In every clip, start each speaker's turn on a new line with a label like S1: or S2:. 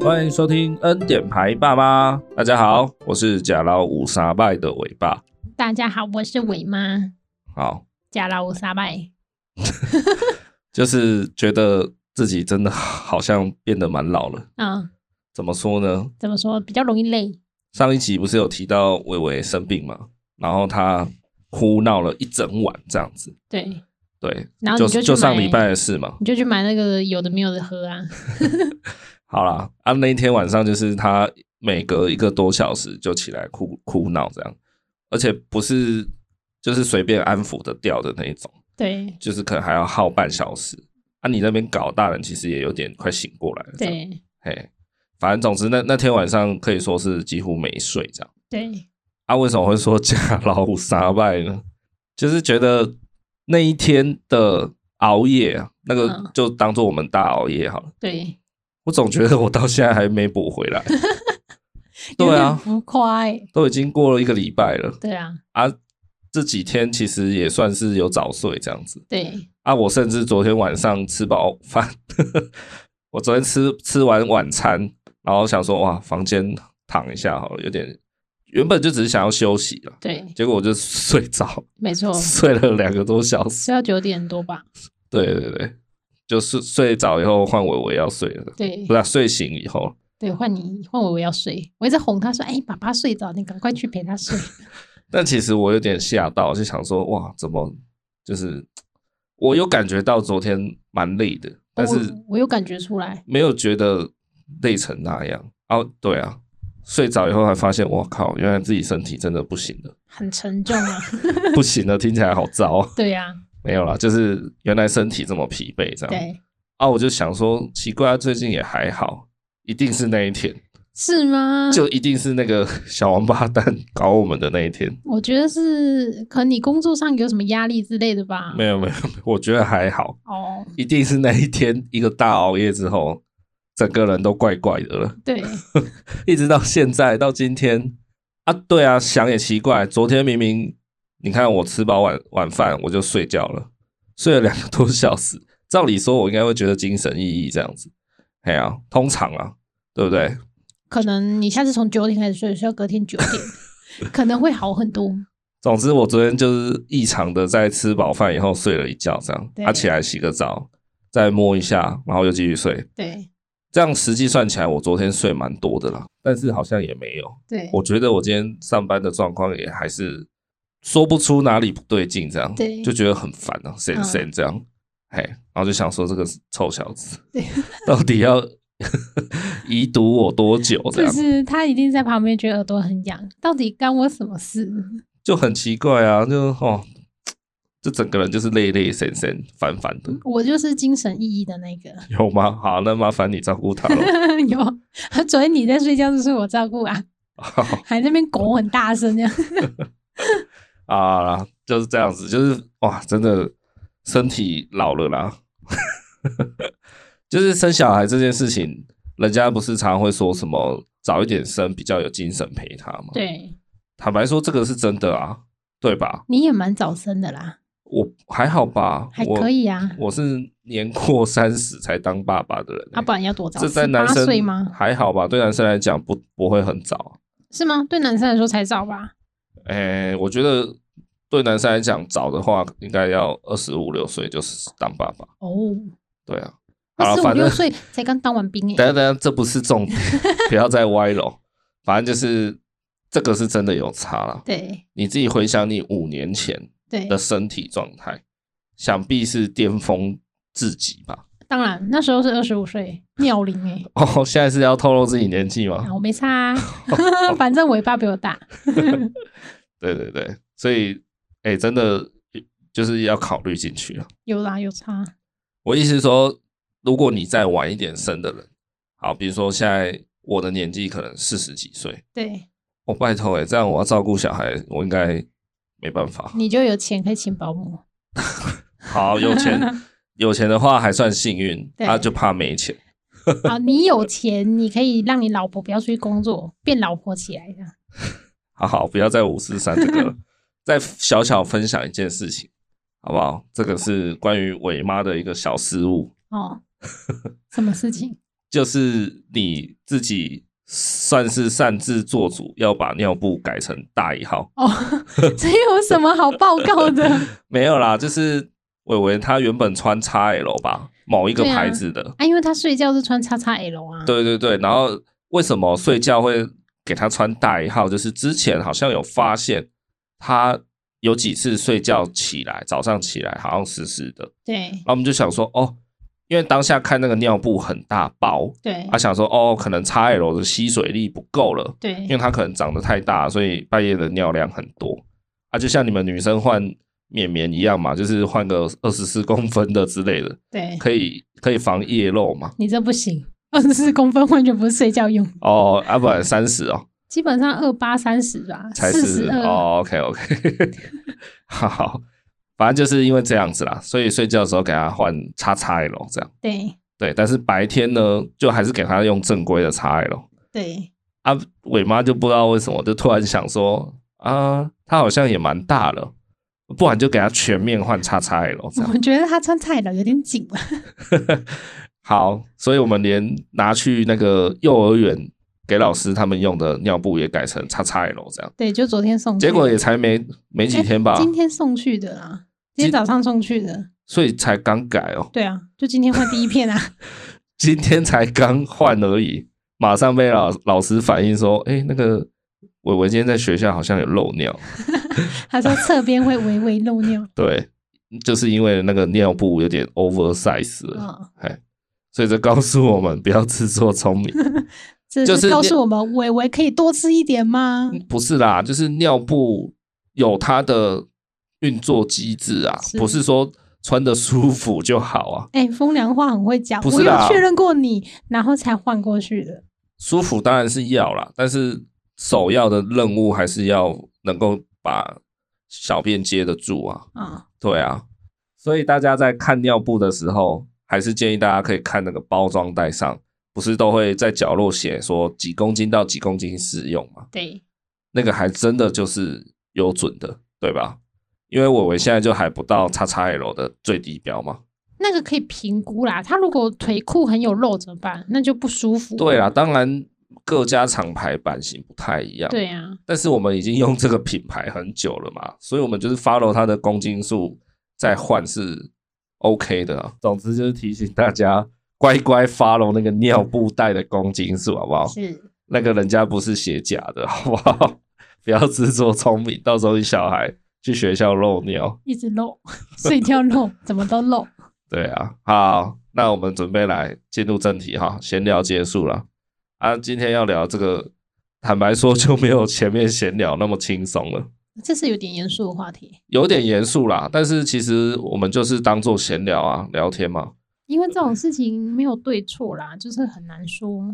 S1: 欢迎收听《恩典牌爸妈》，大家好，我是假老五沙拜的尾巴。
S2: 大家好，我是伟妈，
S1: 好，
S2: 加拉乌沙拜。
S1: 就是觉得自己真的好像变得蛮老了。
S2: 嗯，
S1: 怎么说呢？
S2: 怎么说比较容易累？
S1: 上一集不是有提到伟伟生病嘛，然后他哭闹了一整晚这样子。
S2: 对，
S1: 对，
S2: 然后
S1: 就
S2: 你就去
S1: 就上
S2: 买
S1: 礼拜的事嘛。
S2: 你就去买那个有的没有的喝啊。
S1: 好啦，啊，那一天晚上就是他每隔一个多小时就起来哭哭闹这样，而且不是就是随便安抚的掉的那一种，
S2: 对
S1: 就是可能还要耗半小时。啊，你那边搞大人其实也有点快醒过来了。，
S2: 对
S1: 嘿，反正总之那那天晚上可以说是几乎没睡这样。
S2: 对，
S1: 啊，为什么会说假 老虎杀败呢？就是觉得那一天的熬夜啊，那个
S2: 嗯
S1: 就当做我们大熬夜好了。
S2: 对，
S1: 我总觉得我到现在还没补回 来。对啊，
S2: 浮夸欸、
S1: 都已经过了一个礼拜了
S2: 对啊，
S1: 啊，这几天其实也算是有早睡这样子
S2: 对，
S1: 啊。我甚至昨天晚上吃饱饭，我昨天吃吃完晚餐，然后想说哇，房间躺一下好了，有点原本就只是想要休息了，
S2: 对，
S1: 结果我就 睡着，
S2: 没 错，
S1: 睡了两个多小时。
S2: 睡到九点多吧。
S1: 对对对，就是睡着以后换我我要睡了，
S2: 对
S1: 不是、啊、睡醒以后。
S2: 对，换你换我，我要睡。我一直哄他说：“哎、爸爸睡着，你赶快去陪他睡。
S1: 但其实我有点吓到，就想说哇，怎么就是我有感觉到昨天蛮累的，但是
S2: 我我有感觉出来，
S1: 没有觉得累成那样。哦，对啊，睡着以后还发现，我靠，原来自己身体真的不行 了，
S2: 很沉重 啊。
S1: 不行了，听起来好糟啊。
S2: 对啊，
S1: 没有啦，就是原来身体这么疲惫这样。
S2: 对，
S1: 啊，我就想说，奇怪、啊，最近也还好，一定是那一天，
S2: 是吗？
S1: 就一定是那个 小王八蛋搞我们的那一天。
S2: 我觉得是，可能你工作上有什么压力之类的吧。
S1: 没有没有，没有我觉得还好。
S2: 哦，
S1: 一定是那一天一个大熬夜之后，整个人都怪怪的了，
S2: 对
S1: 一直到现在到今天啊，对啊，想也奇怪，昨天明明你看我吃饱晚晚饭我就睡觉了，睡了两个多小时，照理说我应该会觉得精神奕奕这样子，哎呀、通常啊，对不对？
S2: 可能你下次从九点开始睡，睡到隔天九点， 可能会好很多。
S1: 总之，我昨天就是异常的在吃饱饭以后睡了一觉，这样，
S2: 对
S1: 啊，起来洗个澡，再摸一下，然后又继续睡，
S2: 对
S1: 这样实际算起来，我昨天睡蛮多的啦，但是好像也没有。
S2: 对
S1: 我觉得我今天上班的状况也还是说不出哪里不对劲，这样
S2: 对
S1: 就觉得很烦啊，神
S2: 嗯
S1: 神这样，嘿，然后就想说这个臭小子
S2: 对
S1: 到底要 遗毒我多 久？这
S2: 就
S1: 样
S2: 是他一定在旁边觉得耳朵很痒，到底干我什么事？
S1: 就很奇怪啊，就哦，这整个人就是累累神神烦烦的，
S2: 我就是精神奕奕的那个。
S1: 有吗？好，那麻烦你照顾他了。
S2: 有，昨天你在睡觉，就是我照顾啊，还在那边拱很大声这样。
S1: 啊，就是这样子，就是哇，真的身体老了啦。 就是生小孩这件事情，人家不是常会说什么早一点生比较有精神陪他吗？，
S2: 对，
S1: 坦白说，这个是真的啊，对吧？
S2: 你也蛮早生的啦，
S1: 我还好吧，
S2: 还可以啊。
S1: 我。我是年过三十才当爸爸的人欸、
S2: 啊，不然要多早？
S1: 这在
S2: 18
S1: 男生
S2: 岁吗？
S1: 还好吧？对男生来讲不不会很早啊，
S2: 是吗？对男生来说才早吧？
S1: 诶、我觉得对男生来讲早的话，应该要二十五六岁就是当爸爸。
S2: 哦，
S1: 对啊，好
S2: 二
S1: 了，
S2: 十五
S1: 反正
S2: 六岁才刚当完兵
S1: 等
S2: 哎、
S1: 下等下，这不是重 点，不要再歪了。哦反正就是这个是真的有差了。
S2: 对
S1: 你自己回想你五年前
S2: 对
S1: 的，身体状态，想必是巅峰自己吧？
S2: 当然那时候是二十五岁，妙龄哎、
S1: 哦，现在是要透露自己年纪吗
S2: 啊，？我没差、啊，
S1: 哦
S2: 反正尾巴比我大。
S1: 对对对，所以哎、诶真的就是要考虑进去啊了。
S2: 有啦，有差。
S1: 我意思是说，如果你再晚一点生的人，好，比如说现在我的年纪可能四十几岁，
S2: 对，
S1: 我、拜托哎、这样我要照顾小孩，我应该没办法。
S2: 你就有钱可以请保姆。
S1: 好，有钱有钱的话还算幸运，
S2: 对
S1: 他、就怕没钱。
S2: 好，你有钱，你可以让你老婆不要出去工作，变老婆起来这样。
S1: 好好，不要再五四三这个了，再小小分享一件事情，好不 好？这个是关于伟妈的一个小失误，
S2: 哦，什么事情？
S1: 就是你自己算是擅自做主，要把尿布改成大一号。
S2: 哦， 这有什么好报告的？
S1: 没有啦，就是伟伟他原本穿 XL 吧，某一个
S2: 对啊
S1: 牌子的。
S2: 啊，因为他睡觉是穿叉叉 L 啊。
S1: 对对对，然后为什么睡觉会给他穿大一号？就是之前好像有发现他有几次睡觉起来，早上起来好像湿湿的，
S2: 对
S1: 然后我们就想说，哦，因为当下看那个尿布很大包，
S2: 对
S1: 他想说，哦，可能 XL 的吸水力不够了，因为
S2: 对
S1: 他可能长得太大，所以半夜的尿量很多啊，就像你们女生换绵绵一样嘛，就是换个二十四公分的之类的，
S2: 对，
S1: 可以可以防夜漏嘛。
S2: 你这不行，二十四公分完全不是睡觉用，
S1: 哦，啊不然三十哦，
S2: 基本上二八三十吧，
S1: 才
S2: 四十
S1: 是
S2: 二。
S1: 哦，OK OK，好，反正就是因为这样子啦，所以睡觉的时候给他换叉叉 L 这样，
S2: 对
S1: 对，但是白天呢，就还是给他用正规的叉 L
S2: 对，
S1: 啊，伟妈就不知道为什么就突然想说啊，他好像也蛮大了，不然就给他全面换叉叉 L 这样，
S2: 我觉得他穿菜的有点紧了。
S1: 好，所以我们连拿去那个幼儿园给老师他们用的尿布也改成叉叉 L 这样，
S2: 对，就昨天送去，
S1: 结果也才没没几天吧，
S2: 今天送去的啦，
S1: 今
S2: 今天早上送去的。
S1: 所以才刚改哦。
S2: 对啊，就今天换第一片啊。
S1: 今天才刚换而已，马上被老老师反映说，哎、那个伟伟今天在学校好像有漏尿，。
S2: 他说侧边会微微漏尿
S1: 对，就是因为那个尿布有点 oversize 了，
S2: 啊，
S1: 哎、所以这告诉我们不要自作聪明，
S2: 这
S1: 就是嗯
S2: 是告诉我们微微可以多吃一点吗？
S1: 不是啦，就是尿布有它的运作机制啊，
S2: 是
S1: 不是说穿的舒服就好啊，
S2: 哎、风凉话很会讲，
S1: 不
S2: 我
S1: 是
S2: 有
S1: 啦
S2: 确认过你，然后才换过去的。
S1: 舒服当然是要啦，但是首要的任务还是要能够把小便接得住啊。
S2: 啊、
S1: 对啊，所以大家在看尿布的时候，还是建议大家可以看那个包装袋上，不是都会在角落写说几公斤到几公斤适用嘛？
S2: 对
S1: 那个还真的就是有准的，对吧？因为伟伟现在就还不到叉叉 L 的最低标嘛。
S2: 那个可以评估啦。他如果腿裤很有肉怎么办？那就不舒服。
S1: 对啊，，当然各家厂牌版型不太一样，
S2: 对啊，
S1: 但是我们已经用这个品牌很久了嘛，所以我们就是 follow 它的公斤数再换是 OK 的、啊。总之就是提醒大家乖乖 follow 那个尿布袋的公斤数，好不好？
S2: 是
S1: 那个人家不是写假的，好不好？ 不要自作聪明，到时候你小孩去学校漏尿。
S2: 一直漏，睡觉漏，怎么都漏。
S1: 对啊，好，那我们准备来进入正题哈，闲聊结束了啊。今天要聊这个，坦白说就没有前面闲聊那么轻松了。
S2: 这是有点严肃的话题，
S1: 有点严肃啦，但是其实我们就是当做闲聊啊，聊天嘛。
S2: 因为这种事情没有对错啦，就是很难说。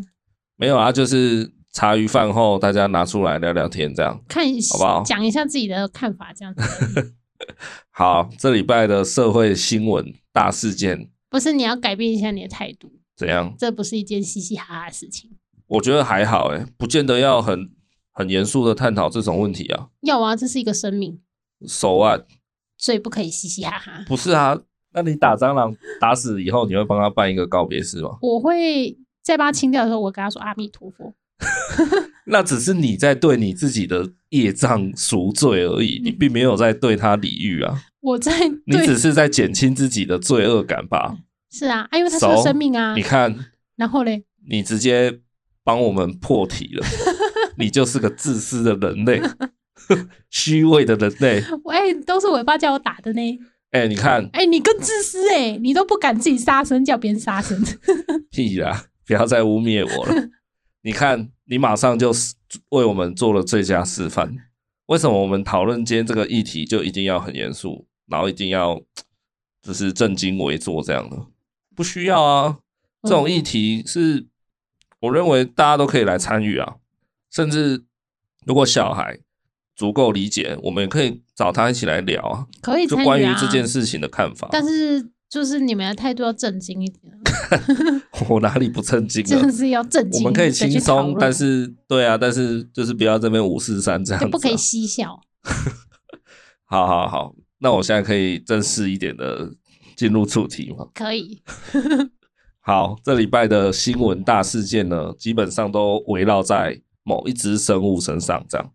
S1: 没有啊，就是茶余饭后大家拿出来聊聊天这样。
S2: 看一
S1: 好不好
S2: 讲一下自己的看法，这样子而已
S1: 好，这礼拜的社会新闻大事件
S2: 不是你要改变一下你的态度，
S1: 怎样？
S2: 这不是一件嘻嘻哈哈的事情。
S1: 我觉得还好诶、欸不见得要很很严肃的探讨这种问题啊。
S2: 要啊，这是一个生命，
S1: 手腕
S2: 所以不可以嘻嘻哈哈。
S1: 不是啊？那你打蟑螂打死以后，你会帮他办一个告别式吗？
S2: 我会在把它清掉的时候，我跟他说阿弥陀佛。
S1: 那只是你在对你自己的业障赎罪而已，你并没有在对他礼遇啊，
S2: 我在
S1: 你只
S2: 对，
S1: 是在减轻自己的罪恶感吧。
S2: 是啊，啊因为它是个
S1: 熟
S2: 生命啊
S1: 你。看，
S2: 然后嘞，
S1: 你直接帮我们破题 了，你就是个自私的人类， 虚伪的人类。
S2: 我哎、都是我爸叫我打的呢。
S1: 哎、你看
S2: 哎、你更自私哎、你都不敢自己杀生，叫别人杀生。
S1: 屁啦，不要再污蔑我 了。你看，你马上就是为我们做了最佳示范。为什么我们讨论今天这个议题就一定要很严肃，然后一定要就是正襟危坐这样的？不需要啊，这种
S2: 嗯
S1: 议题是我认为大家都可以来参与啊，甚至如果小孩足够理解，我们也可以找他一起来聊啊，
S2: 可以
S1: 就
S2: 参与、啊、
S1: 关于这件，事情啊的看法。
S2: 但是就是你们的态度要正经一点啊，
S1: 我哪里不正经啊
S2: 真的
S1: 了？
S2: 是要正
S1: 我
S2: 经。
S1: 们可以
S2: 再去
S1: 轻
S2: 讨
S1: 松，
S2: 论
S1: 但是对啊，但是就是不要这边五四三这样子、
S2: 就
S1: 啊，
S2: 不可以嬉笑。
S1: 好好好，那我现在可以正式一点的进入主题吗？
S2: 可以，
S1: 好，这礼拜的新闻大事件呢，基本上都围绕在某一只生物身上，这样。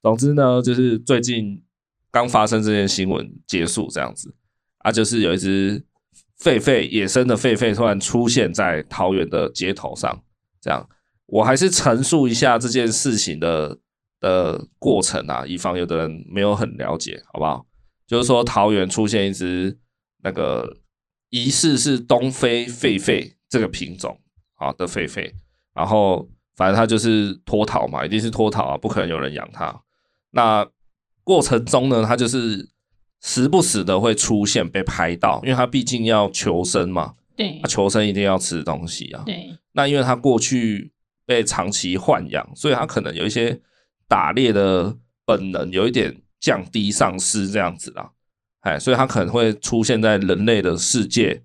S1: 总之呢，就是最近刚发生这件新闻结束这样子啊，就是有一只狒狒，野生的狒狒突然出现在桃园的街头上，这样。我还是陈述一下这件事情的的过程啊，以防有的人没有很了解，好不好？就是说桃园出现一只那个疑似是东非狒狒这个品种啊的狒狒，然后反正它就是脱逃嘛，一定是脱逃啊，不可能有人养它。那过程中呢，它就是时不时的会出现被拍到，因为它毕竟要求生嘛，
S2: 对
S1: 它求生一定要吃东西啊。
S2: 对
S1: 那因为它过去被长期豢养，所以它可能有一些打猎的本能有一点降低丧失这样子啦。哎，所以它可能会出现在人类的世界，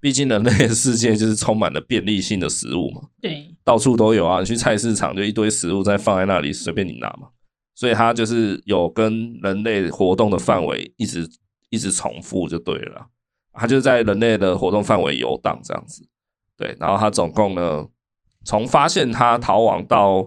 S1: 毕竟人类的世界就是充满了便利性的食物嘛。
S2: 对
S1: 到处都有啊，你去菜市场就一堆食物在放在那里，随便你拿嘛。所以它就是有跟人类活动的范围一直一直重复就对了啦，它就在人类的活动范围游荡这样子。对，然后它总共呢，从发现它逃亡到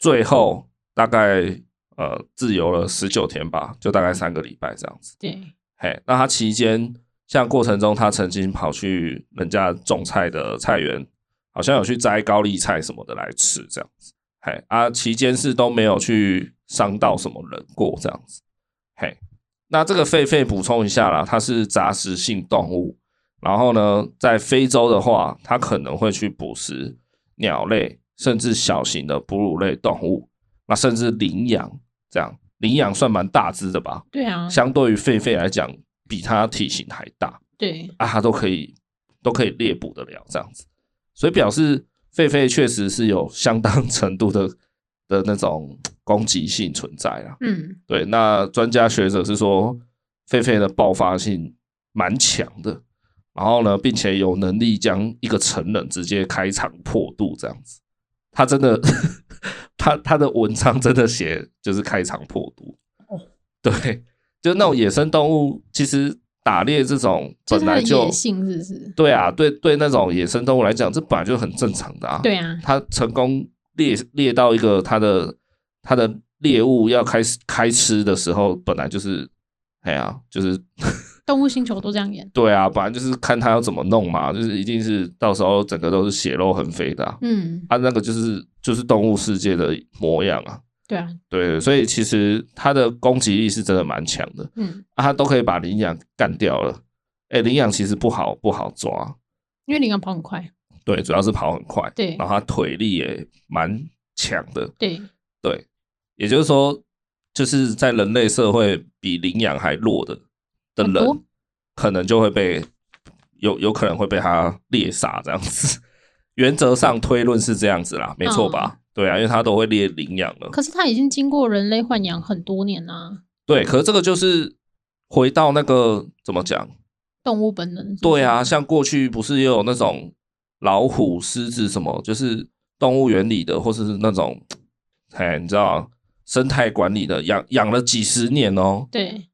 S1: 最后大概呃自由了十九天吧，就大概三个礼拜这样子。
S2: 对
S1: 嘿，那他期间像过程中，他曾经跑去人家种菜的菜园，好像有去摘高丽菜什么的来吃，这样子。嘿，啊，期间是都没有去伤到什么人过，这样子。嘿，那这个狒狒补充一下啦，它是杂食性动物，然后呢，在非洲的话，它可能会去捕食鸟类，甚至小型的哺乳类动物，那甚至羚羊这样。羚羊算蛮大只的吧？
S2: 对啊，
S1: 相对于狒狒来讲，比它体型还大
S2: 对
S1: 啊，它都可以都可以猎捕得了这样子，所以表示狒狒确实是有相当程度的的那种攻击性存在啊啦。
S2: 嗯
S1: 对，那专家学者是说，狒狒的爆发性蛮强的，然后呢，并且有能力将一个成人直接开肠破肚这样子。他真的， 他他的文章真的写就是开肠破肚。
S2: 哦
S1: 对，就那种野生动物，其实打猎这种
S2: 这
S1: 本
S2: 是它
S1: 来
S2: 的
S1: 就
S2: 野性是不是？
S1: 对啊，对对，那种野生动物来讲，这本来就很正常的啊。
S2: 对啊，
S1: 他成功猎猎到一个他的他的猎物要开始开吃的时候，本来就是，哎呀、就是
S2: 动物星球都这样演。
S1: 对啊，本来就是看他要怎么弄嘛，就是一定是到时候整个都是血肉横飞的啊，
S2: 嗯，
S1: 啊那个就是就是动物世界的模样啊，
S2: 对啊，
S1: 对，所以其实它的攻击力是真的蛮强的，
S2: 嗯，
S1: 啊，它都可以把羚羊干掉了，哎，羚羊其实不好不好抓，
S2: 因为羚羊跑很快，
S1: 对，主要是跑很快，
S2: 对
S1: 然后它腿力也蛮强的，
S2: 对
S1: 对，也就是说，就是在人类社会比领养还弱的的
S2: 很多
S1: 人，可能就会被有有可能会被他猎杀这样子。原则上推论是这样子啦，没错
S2: 哦
S1: 吧？对啊，因为他都会猎领养了。
S2: 可是它已经经过人类豢养很多年啊啦，
S1: 对，可是这个就是回到那个怎么讲？
S2: 动物本能是不是。
S1: 对啊，像过去不是也有那种老虎、狮子什么，就是动物园里的，或是那种，哎，你知道生态管理的，养养了几十年哦，
S2: 对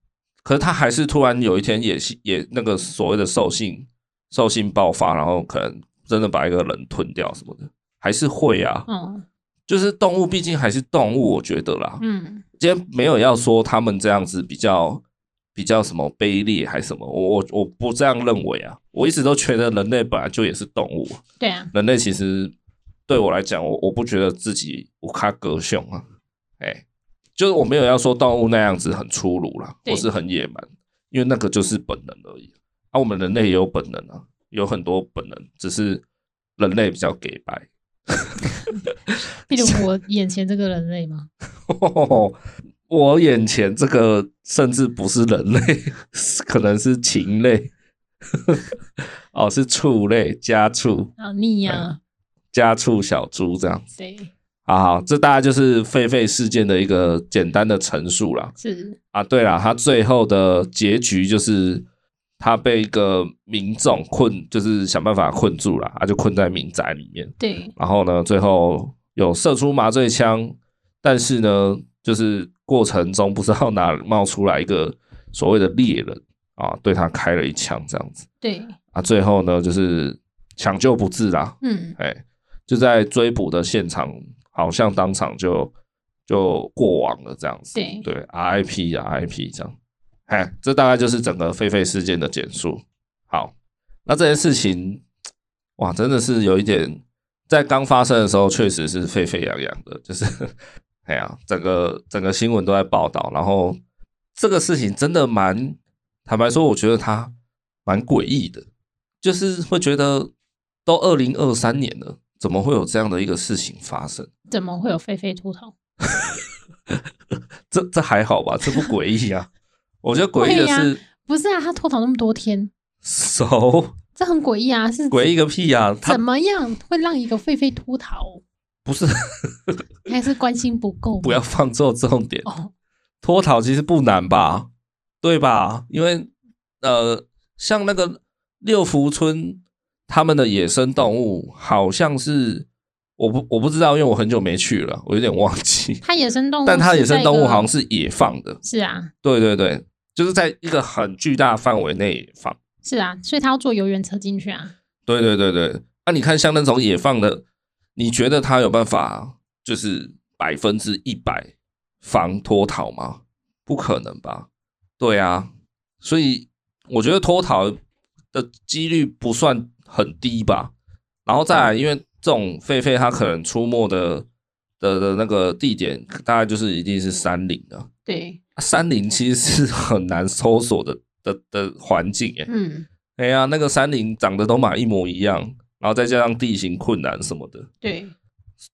S1: 可是他还是突然有一天也是也那个所谓的兽性兽性爆发，然后可能真的把一个人吞掉什么的，还是会啊。
S2: 嗯
S1: 就是动物毕竟还是动物，我觉得啦，
S2: 嗯，
S1: 今天没有要说他们这样子比较比较什么卑劣还是什么，我我我不这样认为啊。我一直都觉得人类本来就也是动物，
S2: 对 啊，
S1: 人类其实对我来讲，我我不觉得自己无卡格雄啊，哎、就是我没有要说动物那样子很粗鲁啦，
S2: 对
S1: 或是很野蛮，因为那个就是本能而已。啊，我们人类也有本能啊，有很多本能，只是人类比较给白。
S2: 比如我眼前这个人类嘛，
S1: 我眼前这个甚至不是人类，可能是禽类， 哦，是畜类，家畜，
S2: 啊你呀，
S1: 家畜小猪这样。
S2: 对，
S1: 啊，好这大概就是狒狒事件的一个简单的陈述啦。
S2: 是，
S1: 啊，对啦，他最后的结局就是他被一个民众困，就是想办法困住了，他就困在民宅里面。
S2: 对
S1: 然后呢，最后有射出麻醉枪，但是呢，就是过程中不知道哪里冒出来一个所谓的猎人啊，对他开了一枪这样子。
S2: 对
S1: 啊，最后呢，就是抢救不治啦，
S2: 嗯，
S1: 哎，就在追捕的现场，好像当场就就过往了这样子。
S2: 对
S1: 对，RIP 啊，RIP 这样。哎，这大概就是整个狒狒事件的简述。好，那这件事情，哇，真的是有一点，在刚发生的时候，确实是沸沸扬扬的，就是 哎呀，整个整个新闻都在报道。然后这个事情真的蛮，坦白说，我觉得它蛮诡异的。就是会觉得都二零二三年了，怎么会有这样的一个事情发生？
S2: 怎么会有狒狒秃头？
S1: 这这还好吧？这不诡异 啊！我觉得诡异的是
S2: 不是啊，他秃头那么多天，
S1: 手
S2: 这很诡异啊！是
S1: 诡异个屁啊！他
S2: 怎么样会让一个狒狒秃头？
S1: 不是
S2: 还是关心不够吗？
S1: 不要放错重点，
S2: 哦，
S1: 脱逃其实不难吧？对吧？因为呃，像那个六福村他们的野生动物，好像是我不我不知道，因为我很久没去了，我有点忘记。
S2: 它野生动物，
S1: 但它野生动物好像是野放的，
S2: 是啊，
S1: 对对对，就是在一个很巨大的范围内放。
S2: 是啊，所以他要坐游园车进去啊。
S1: 对对对对，那、你看像那种野放的，你觉得它有办法就是百分之一百防脱逃吗？不可能吧？对啊，所以我觉得脱逃的几率不算很低吧。然后再来，因为这种狒狒它可能出没的的的那个地点，大概就是一定是山林啊。
S2: 对，
S1: 山林其实是很难搜索的的的环境诶。
S2: 嗯，
S1: 哎呀，那个山林长得都蛮一模一样，然后再加上地形困难什么的，
S2: 对，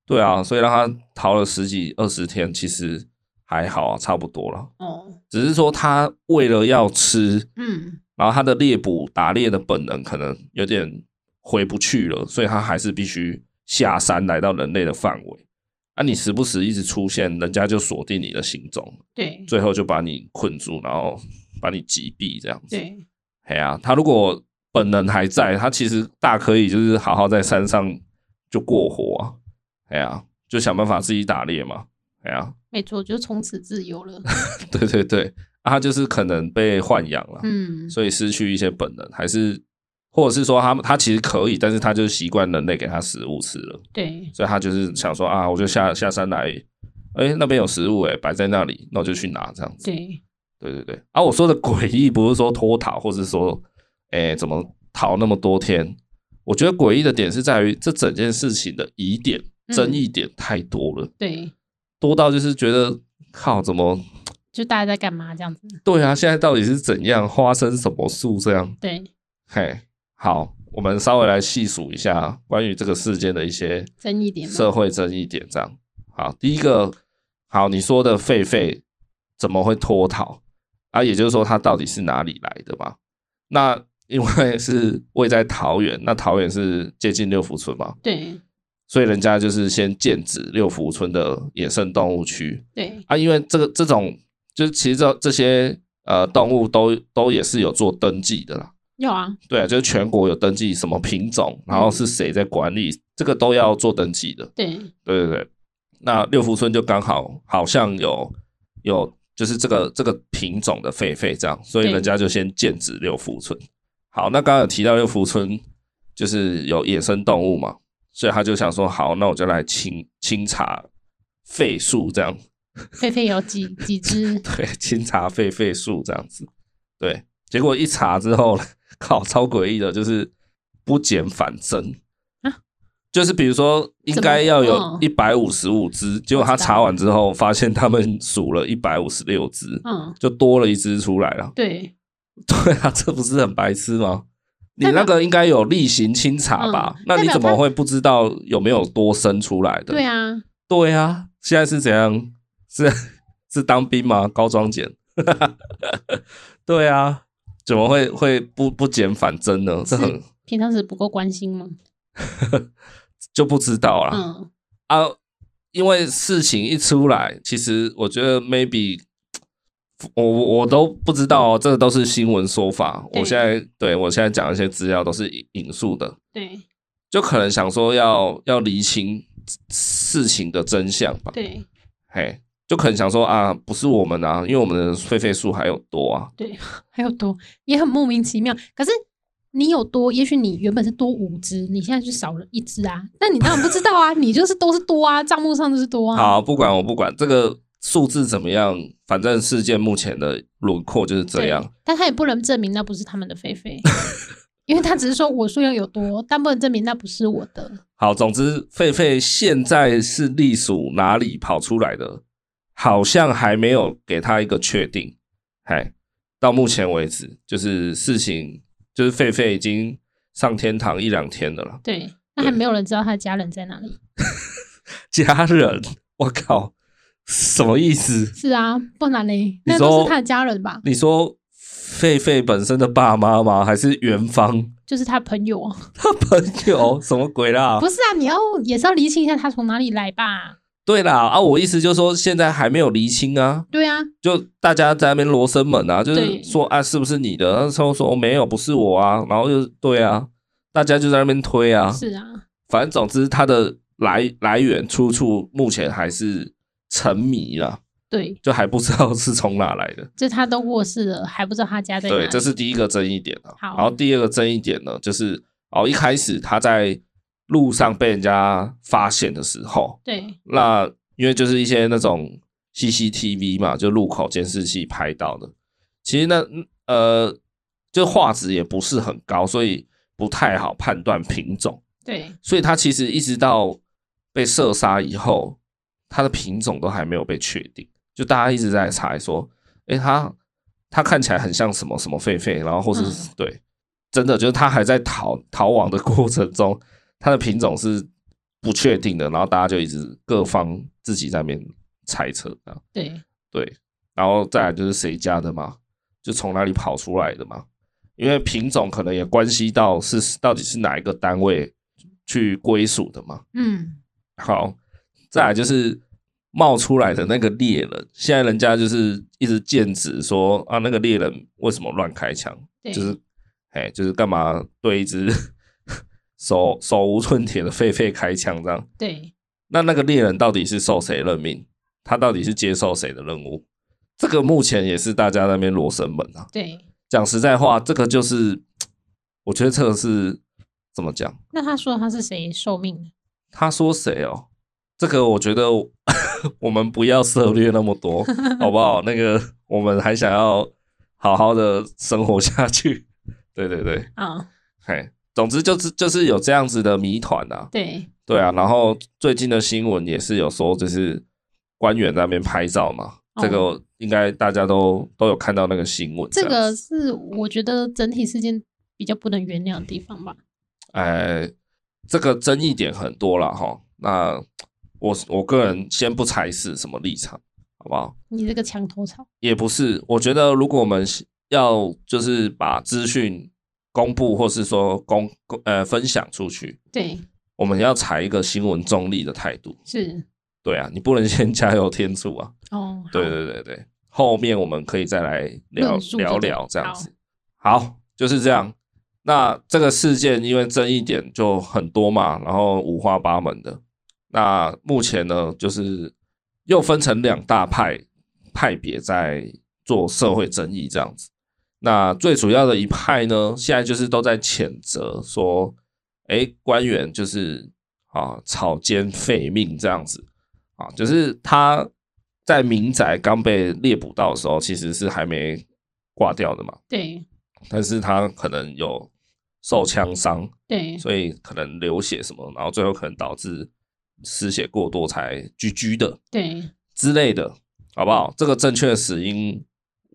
S1: 对啊，所以让他逃了十几二十天，其实还好啊，差不多了。
S2: 哦，
S1: 只是说他为了要吃，
S2: 嗯，
S1: 然后他的猎捕打猎的本能可能有点回不去了，所以他还是必须下山来到人类的范围。啊，你时不时一直出现，人家就锁定你的行踪。
S2: 对，
S1: 最后就把你困住，然后把你击毙这样子。
S2: 对，
S1: 哎呀、他如果本能还在，他其实大可以就是好好在山上就过活啊。哎呀、就想办法自己打猎嘛。哎呀、
S2: 没错，就从此自由了。
S1: 对对对，啊、他就是可能被豢养了，
S2: 嗯，
S1: 所以失去一些本能，还是或者是说他他其实可以，但是他就是习惯人类给他食物吃了。
S2: 对，
S1: 所以他就是想说啊，我就下下山来，哎、那边有食物哎、摆在那里，那我就去拿这样子。
S2: 对，
S1: 对对对，啊，我说的诡异不是说脱逃，或是说，哎，怎么逃那么多天？我觉得诡异的点是在于这整件事情的疑点、
S2: 嗯
S1: 争议点太多了，
S2: 对，
S1: 多到就是觉得靠，怎么
S2: 就大家在干嘛这样子？
S1: 对啊？现在到底是怎样发生什么树这样？
S2: 对，
S1: 嘿，好，我们稍微来细数一下关于这个事件的一些
S2: 争议点嘛。
S1: 社会争议点这样。好，第一个，好，你说的狒狒怎么会脱逃啊？也就是说，它到底是哪里来的嘛？那因为是位在桃园，那桃园是接近六福村嘛，
S2: 对，
S1: 所以人家就是先建指六福村的野生动物区
S2: 对，
S1: 啊。因为这个这种，就是其实这这些呃动物都都也是有做登记的啦。
S2: 有啊，
S1: 对啊，就是全国有登记什么品种，然后是谁在管理，这个都要做登记的。
S2: 对，
S1: 对对对，那六福村就刚好好像有有就是这个这个品种的狒狒这样，所以
S2: 对
S1: 人家就先建指六福村。好，那刚刚有提到六福村就是有野生动物嘛，所以他就想说，好，那我就来清清查狒数这样，
S2: 狒狒有 几几只？
S1: 对，清查狒狒数这样子，对。结果一查之后，靠，超诡异的，就是不减反增
S2: 啊
S1: 就是比如说应该要
S2: 怎么
S1: 有
S2: 嗯
S1: 一百五十五只，结果他查完之后发现他们数了一百五十六只，
S2: 嗯，
S1: 就多了一只出来了。
S2: 对，
S1: 对啊，这不是很白痴吗？你
S2: 代表
S1: 那个应该有例行清查吧？
S2: 嗯
S1: 那你
S2: 代表
S1: 怎么
S2: 他
S1: 会不知道有没有多生出来的？
S2: 对啊，
S1: 对啊，现在是怎样？是 是当兵吗？高装检？ 对啊，怎么会会不不减反增呢？这很
S2: 平常时不够关心吗？
S1: 就不知道啦、
S2: 嗯，
S1: 啊！因为事情一出来，其实我觉得 maybe 我我我都不知道、哦，这都是新闻说法。
S2: 对
S1: 我现在对我现在讲一些资料都是引引述的，
S2: 对，
S1: 就可能想说要要厘清事情的真相吧。
S2: 对，
S1: 嘿，就可能想说啊，不是我们啊，因为我们的狒狒数还有多啊，
S2: 还有多也很莫名其妙。可是你有多，也许你原本是多五只，你现在就少了一只啊，但你当然不知道啊， 你就是都是多啊，账目上就是多啊。
S1: 好，不管我不管这个数字怎么样，反正事件目前的轮廓就是这
S2: 对
S1: 样。
S2: 但他也不能证明那不是他们的狒狒， 因为他只是说我数量有多，但不能证明那不是我的。
S1: 好，总之，狒狒现在是隶属哪里跑出来的，好像还没有给他一个确定。哎，到目前为止，就是事情，就是狒狒已经上天堂一两天的了啦。
S2: 对，那还没有人知道他的家人在哪里。
S1: 家人，我靠，什么意思？
S2: 是啊，不然嘞，
S1: 你
S2: 那
S1: 说
S2: 都是他的家人吧，
S1: 你说狒狒本身的爸妈吗？还是元芳
S2: 就是他朋友啊。
S1: 他朋友？什么鬼啦？
S2: 不是啊，你要也是要厘清一下他从哪里来吧。
S1: 对啦，啊，我意思就是说，现在还没有厘清啊，
S2: 对啊，
S1: 就大家在那边罗生门啊，就是
S2: 对
S1: 说啊，是不是你的？然后说说、哦、没有，不是我啊，然后就对啊，大家就在那边推啊，
S2: 是啊，
S1: 反正总之它的来来源出处目前还是沉迷啦，
S2: 对，
S1: 就还不知道是从哪来的。
S2: 这他都过世了，还不知道他家在哪里。
S1: 对，这是第一个争议点啊。
S2: 好
S1: 然后第二个争议点呢，就是哦，一开始他在路上被人家发现的时候，
S2: 对
S1: 那因为就是一些那种 CCTV 嘛，就路口监视器拍到的，其实那呃，就画质也不是很高，所以不太好判断品种，
S2: 对
S1: 所以它其实一直到被射杀以后，它的品种都还没有被确定，就大家一直在猜说，诶、它它看起来很像什么什么狒狒，然后或是、
S2: 嗯
S1: 对，真的就是它还在逃逃亡的过程中，它的品种是不确定的，然后大家就一直各方自己在那边猜测这样
S2: 对
S1: 对，然后再来就是谁家的嘛，就从哪里跑出来的嘛，因为品种可能也关系到是到底是哪一个单位去归属的嘛。
S2: 嗯，
S1: 好，再来就是冒出来的那个猎人，现在人家就是一直剑指说啊，那个猎人为什么乱开枪？
S2: 对，
S1: 就是哎，就是干嘛对一只 手手无寸铁的狒狒开枪这样？
S2: 对
S1: 那那个猎人到底是受谁任命？他到底是接受谁的任务？这个目前也是大家在那边罗生门啊。
S2: 对。
S1: 讲实在话，这个就是，我觉得这个是怎么讲？
S2: 那他说他是谁受命的？
S1: 他说谁哦？这个我觉得 我们不要涉猎那么多，好不好？那个我们还想要好好的生活下去。 对对对，
S2: 啊？
S1: 嘿，总之就是就是有这样子的谜团啊。
S2: 对
S1: 对啊，然后最近的新闻也是有说，就是官员在那边拍照嘛，
S2: 哦
S1: 这个应该大家都都有看到那个新闻。
S2: 这
S1: 样
S2: 个是我觉得整体事件比较不能原谅的地方吧。
S1: 哎，这个争议点很多了哈。那我我个人先不猜是什么立场，好不好？
S2: 你这个墙头草，
S1: 也不是，我觉得如果我们要就是把资讯公布，或是说公公呃分享出去，
S2: 对，
S1: 我们要采一个新闻中立的态度。
S2: 是
S1: 对啊，你不能先加油添醋啊。
S2: 哦，好
S1: 对对对对，后面我们可以再来聊
S2: 论述
S1: 聊
S2: 这个
S1: 聊这样子。好，就是这样。那这个事件因为争议点就很多嘛，然后五花八门的。那目前呢，就是又分成两大派派别在做社会争议这样子。那最主要的一派呢，现在就是都在谴责说，诶，官员就是啊草菅废命这样子啊，就是他在民宅刚被猎捕到的时候，其实是还没挂掉的嘛，
S2: 对
S1: 但是他可能有受枪伤，
S2: 对
S1: 所以可能流血什么，然后最后可能导致失血过多才居居的
S2: 对
S1: 之类的，好不好？这个正确的死因，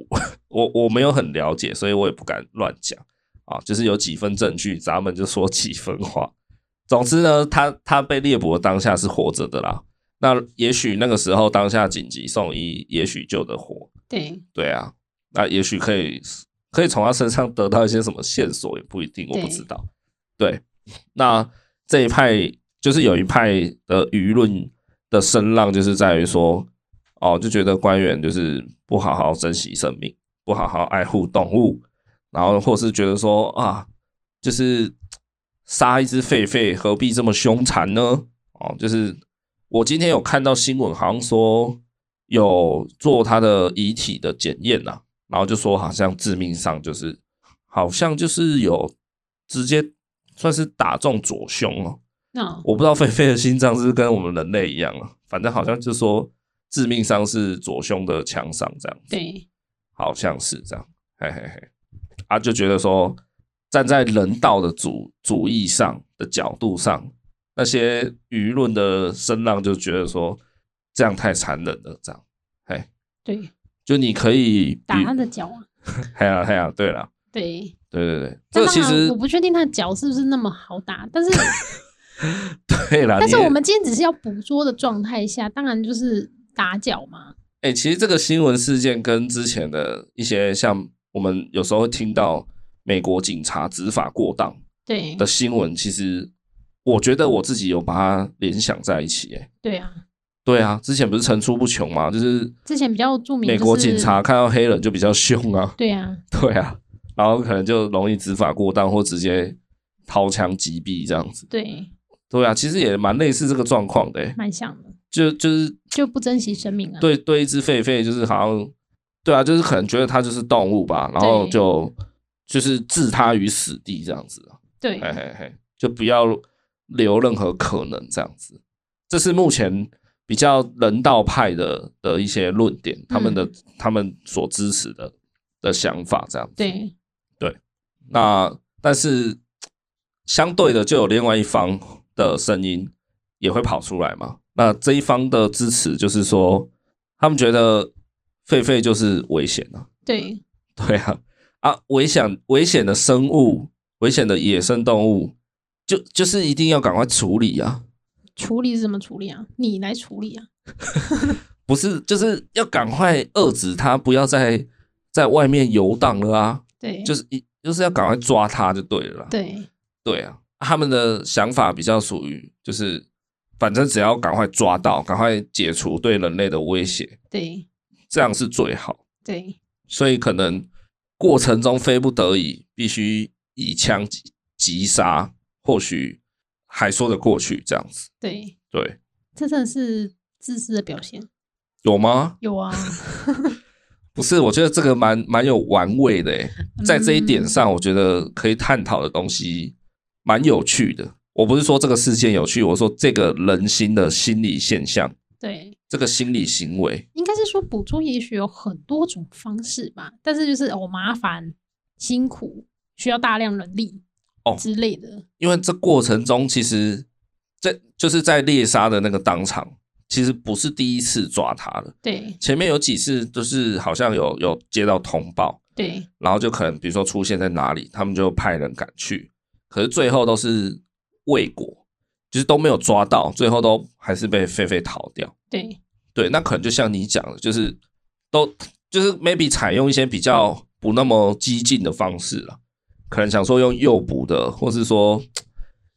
S1: 我我我没有很了解，所以我也不敢乱讲啊。就是有几分证据，咱们就说几分话。总之呢，他他被猎捕的当下是活着的啦。那也许那个时候当下紧急送医，也许救得活。
S2: 对
S1: 对啊，那也许可以可以从他身上得到一些什么线索，也不一定，我
S2: 对
S1: 不知道。对，那这一派就是有一派的舆论的声浪，就是在于说，哦，就觉得官员就是不好好珍惜生命，不好好爱护动物，然后或是觉得说啊，就是杀一只狒狒何必这么凶残呢？哦，就是我今天有看到新闻，好像说有做他的啊遗体的检验呐、然后就说好像致命伤就是好像就是有直接算是打中左胸哦。
S2: 那
S1: 我不知道狒狒的心脏是不是跟我们人类一样啊，反正好像就说致命伤是左胸的枪伤这样，
S2: 对，
S1: 好像是这样，嘿嘿嘿，啊就觉得说站在人道的主主义上的角度上，那些舆论的声浪就觉得说这样太残忍了，这样，
S2: 对，
S1: 就你可以比
S2: 打他的脚啊，
S1: 嘿呀嘿呀，对了，
S2: 对。
S1: 对对对，这个
S2: 但当
S1: 其
S2: 然
S1: 实
S2: 我不确定他的脚是不是那么好打，但是
S1: 对啦，
S2: 但是
S1: 啊你也
S2: 我们今天只是要捕捉的状态下，当然就是打脚嘛。
S1: 哎、其实这个新闻事件跟之前的一些像我们有时候会听到美国警察执法过当
S2: 对
S1: 的新闻，其实我觉得我自己有把它联想在一起、欸。哎，
S2: 对啊，
S1: 对啊，之前不是层出不穷嘛，就是
S2: 之前比较著名、就
S1: 美
S2: 是，
S1: 国警察看到黑人就比较凶啊，
S2: 对啊，
S1: 对啊，然后可能就容易执法过当或直接掏枪击毙这样子。
S2: 对，
S1: 对啊，其实也蛮类似这个状况的、欸，
S2: 蛮像的，
S1: 就就是
S2: 就不珍惜生命啊。
S1: 对对一只狒狒就是好像，对啊，就是可能觉得它就是动物吧，然后
S2: 对
S1: 就就是置它于死地这样子，啊
S2: 对
S1: 嘿嘿嘿，就不要留任何可能这样子。这是目前比较人道派的的一些论点，他们的、
S2: 嗯
S1: 他们所支持的的想法这样子。
S2: 对
S1: 那但是相对的，就有另外一方的声音也会跑出来嘛。那这一方的支持就是说，他们觉得狒狒就是危险啊，
S2: 对
S1: 对啊，啊，危险危险的生物，危险的野生动物，就就是一定要赶快处理啊，
S2: 处理是怎么处理啊？你来处理啊？
S1: 不是就是要赶快遏制它，不要再在外面游荡了啊，
S2: 对，
S1: 就是一就是要赶快抓它就对了啦。
S2: 对
S1: 对啊，他们的想法比较属于就是，反正只要赶快抓到，赶快解除对人类的威胁，
S2: 对
S1: 这样是最好。
S2: 对
S1: 所以可能过程中非不得已必须以枪击击杀，或许还说得过去这样子。
S2: 对，
S1: 对，
S2: 这真的是自私的表现。
S1: 有吗？
S2: 有啊，
S1: 不是，我觉得这个蛮蛮有玩味的诶，在这一点上，我觉得可以探讨的东西蛮有趣的。我不是说这个事件有趣，我说这个人心的心理现象。
S2: 对，
S1: 这个心理行为。
S2: 应该是说捕捉也许有很多种方式吧，但是就是哦麻烦、辛苦，需要大量人力
S1: 哦
S2: 之类的。
S1: 因为这过程中，其实这就是在猎杀的那个当场，其实不是第一次抓他了。
S2: 对
S1: 前面有几次都是好像有有接到通报，
S2: 对
S1: 然后就可能比如说出现在哪里，他们就派人赶去，可是最后都是未果，就是都没有抓到，最后都还是被狒狒逃掉。
S2: 对
S1: 对，那可能就像你讲的，就是都就是 maybe 采用一些比较不那么激进的方式了，可能想说用诱捕的，或是说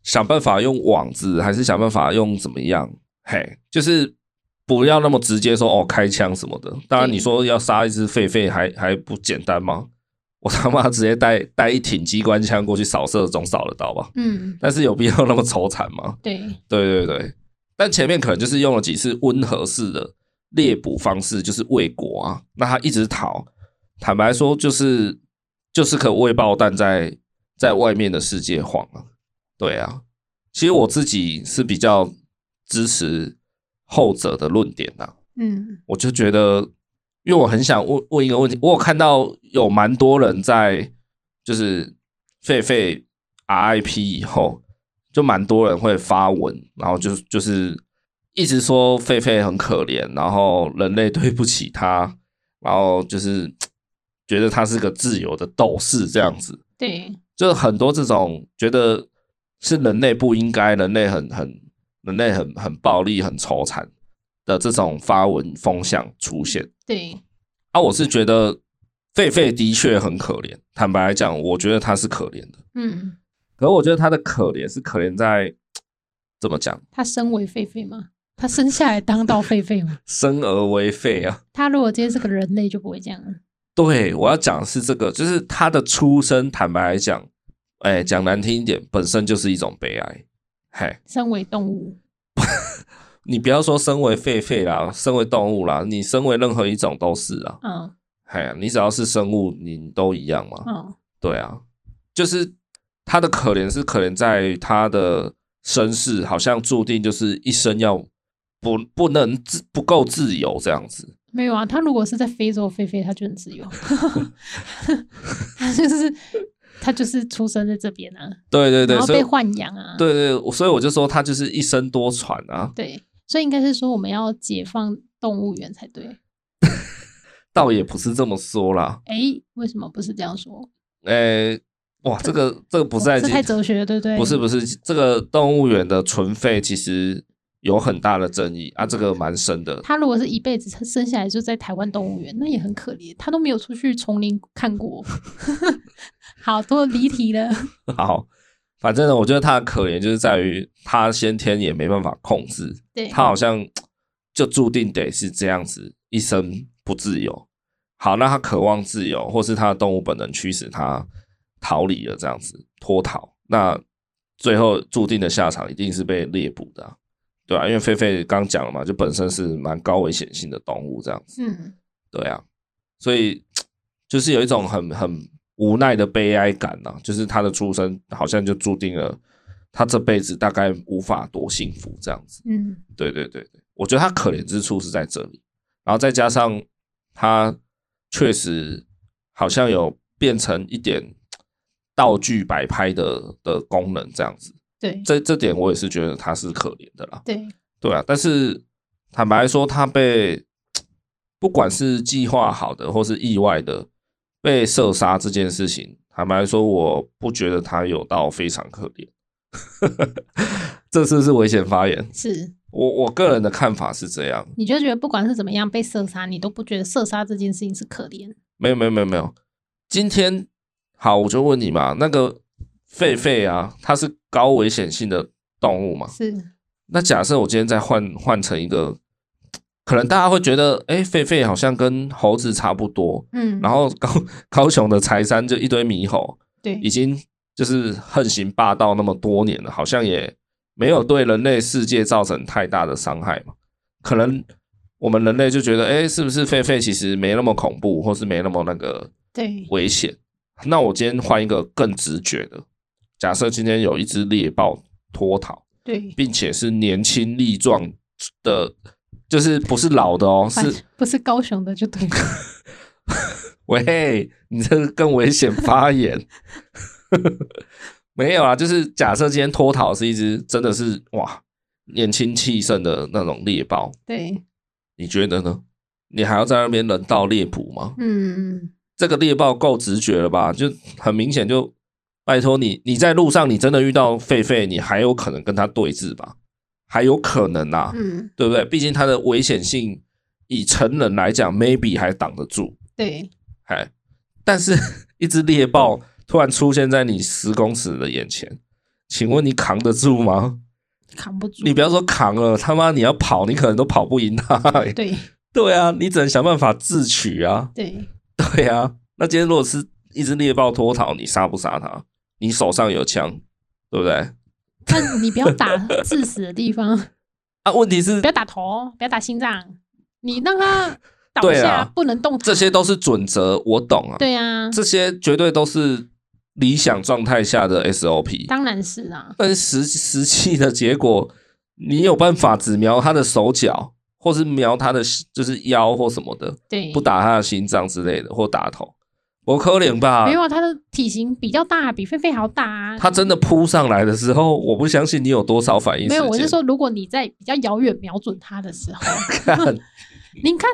S1: 想办法用网子，还是想办法用怎么样？嘿，就是不要那么直接说哦开枪什么的。当然，
S2: 对
S1: 你说要杀一只狒狒还还不简单吗？我他妈直接带带一挺机关枪过去扫射总扫得到吧？
S2: 嗯，
S1: 但是有必要那么 愁惨吗？
S2: 对
S1: 对对对，但前面可能就是用了几次温和式的猎捕方式，就是喂果啊。那他一直逃，坦白说就是就是可喂爆弹在在外面的世界晃啊。对啊，其实我自己是比较支持后者的论点啊呐、
S2: 嗯
S1: 我就觉得，因为我很想问问一个问题，我有看到有蛮多人在就是狒狒 RIP 以后，就蛮多人会发文，然后就是就是一直说狒狒很可怜，然后人类对不起它，然后就是觉得它是个自由的斗士这样子，
S2: 对
S1: 就是很多这种觉得是人类不应该，人类很很人类很很暴力、很仇残的这种发文风向出现。
S2: 对
S1: 啊，我是觉得狒狒的确很可怜，坦白来讲，我觉得他是可怜的。
S2: 嗯，
S1: 可我觉得他的可怜是可怜在怎么讲，
S2: 他身为狒狒嘛，他生下来当到狒狒嘛，
S1: 生而为狒啊。
S2: 他如果今天是个人类就不会这样了。
S1: 对，我要讲的是这个，就是他的出生，坦白来讲，哎，讲难听一点，本身就是一种悲哀。嘿，
S2: 身为动物，
S1: 你不要说身为狒狒啦，身为动物啦，你身为任何一种都是啊。
S2: 嗯
S1: 哎呀，你只要是生物，你都一样嘛。
S2: 嗯，
S1: 对啊，就是他的可怜是可怜在他的身世，好像注定就是一生要不不能自不够自由这样子。
S2: 没有啊，他如果是在非洲飞飞，他就很 自由，他就是他就是出生在这边啊，
S1: 对对对，
S2: 然后
S1: 所以
S2: 被豢养啊，
S1: 对对，我所以我就说他就是一生多舛啊，
S2: 对所以应该是说我们要解放动物园才对。
S1: 倒也不是这么说啦。
S2: 哎，为什么不是这样说？
S1: 诶、哇，这个这个不在
S2: 哦这太哲学了，对不对？
S1: 不是不是，这个动物园的存废其实有很大的争议啊，这个蛮深 的。
S2: 他如果是一辈子生下来就在台湾动物园，那也很可怜，他都没有出去丛林看过。 好多离题了，
S1: 好，反正呢，我觉得他的可怜就是在于他先天也没办法控制，
S2: 对，
S1: 他好像就注定得是这样子，一生不自由。好，那他渴望自由，或是他的动物本能驱使他逃离了这样子脱逃，那最后注定的下场一定是被猎捕的啊、对啊，因为狒狒刚讲了嘛，就本身是蛮高危险性的动物这样子，
S2: 嗯，
S1: 对啊，所以就是有一种很很无奈的悲哀感呐、就是他的出生好像就注定了他这辈子大概无法多幸福这样子。
S2: 嗯，
S1: 对对对对，我觉得他可怜之处是在这里，然后再加上他确实好像有变成一点道具摆拍的的功能这样子，
S2: 对
S1: 这这点我也是觉得他是可怜的啦。
S2: 对，
S1: 对啊，但是坦白说，他被不管是计划好的或是意外的被射杀这件事情，坦白说，我不觉得他有到非常可怜。 这是不是危险发言？
S2: 是，
S1: 我我个人的看法是这样，
S2: 你就觉得不管是怎么样被射杀，你都不觉得射杀这件事情是可怜，
S1: 没有没有没有没有。今天好，我就问你嘛，那个狒狒啊，它是高危险性的动物嘛？
S2: 是，
S1: 那假设我今天再换换成一个，可能大家会觉得，哎，狒狒好像跟猴子差不多，
S2: 嗯，
S1: 然后高高雄的柴山就一堆猕猴，
S2: 对
S1: 已，经就是横行霸道那么多年了，好像也没有对人类世界造成太大的伤害嘛。可能我们人类就觉得，哎，是不是狒狒其实没那么恐怖，或是没那么那个
S2: 对，
S1: 危险？那我今天换一个更直觉的，假设今天有一只猎豹脱逃，
S2: 对，
S1: 并且是年轻力壮的，就是不是老的哦，
S2: 反
S1: 是
S2: 不是高雄的就对了，
S1: 喂，你这个更危险发言。 没有啊，就是假设今天脱逃是一只真的是哇年轻气盛的那种猎豹，
S2: 对，
S1: 你觉得呢？你还要在那边人道猎捕吗？
S2: 嗯，
S1: 这个猎豹够直觉了吧？就很明显就，拜托你，你在路上你真的遇到狒狒，你还有可能跟它对峙吧？还有可能啊，
S2: 嗯，
S1: 对不对？毕竟它的危险性以成人来讲，maybe 还挡得住。
S2: 对，
S1: 哎，但是 一只猎豹突然出现在你十公尺的眼前，请问你扛得住吗？
S2: 扛不住，
S1: 你不要说扛了，他妈你要跑，你可能都跑不赢它、欸。
S2: 对
S1: 对啊，你只能想办法自取啊。
S2: 对，
S1: 对啊，那今天如果是一只猎豹脱逃，你杀不杀它？你手上有枪，对不对？
S2: 但你不要打致死的地方，
S1: 啊，问题是
S2: 不要打头，不要打心脏，你 让他倒
S1: 对
S2: 下，
S1: 啦
S2: 不能动他。
S1: 这些都是准则，我懂啊。
S2: 对啊，
S1: 这些绝对都是理想状态下的 SOP。
S2: 当然是啊，
S1: 但是实实际的结果，你有办法只瞄他的手脚，或是瞄他的就是腰或什么的，
S2: 对，
S1: 不打他的心脏之类的，或打头，我可怜吧
S2: 没？有啊，他的体型比较大，比狒狒还要大啊。
S1: 他真的扑上来的时候，我不相信你有多少反应时
S2: 没
S1: 间。
S2: 有，我是说，如果你在比较遥远瞄准他的 时候，
S1: 看，
S2: 您看，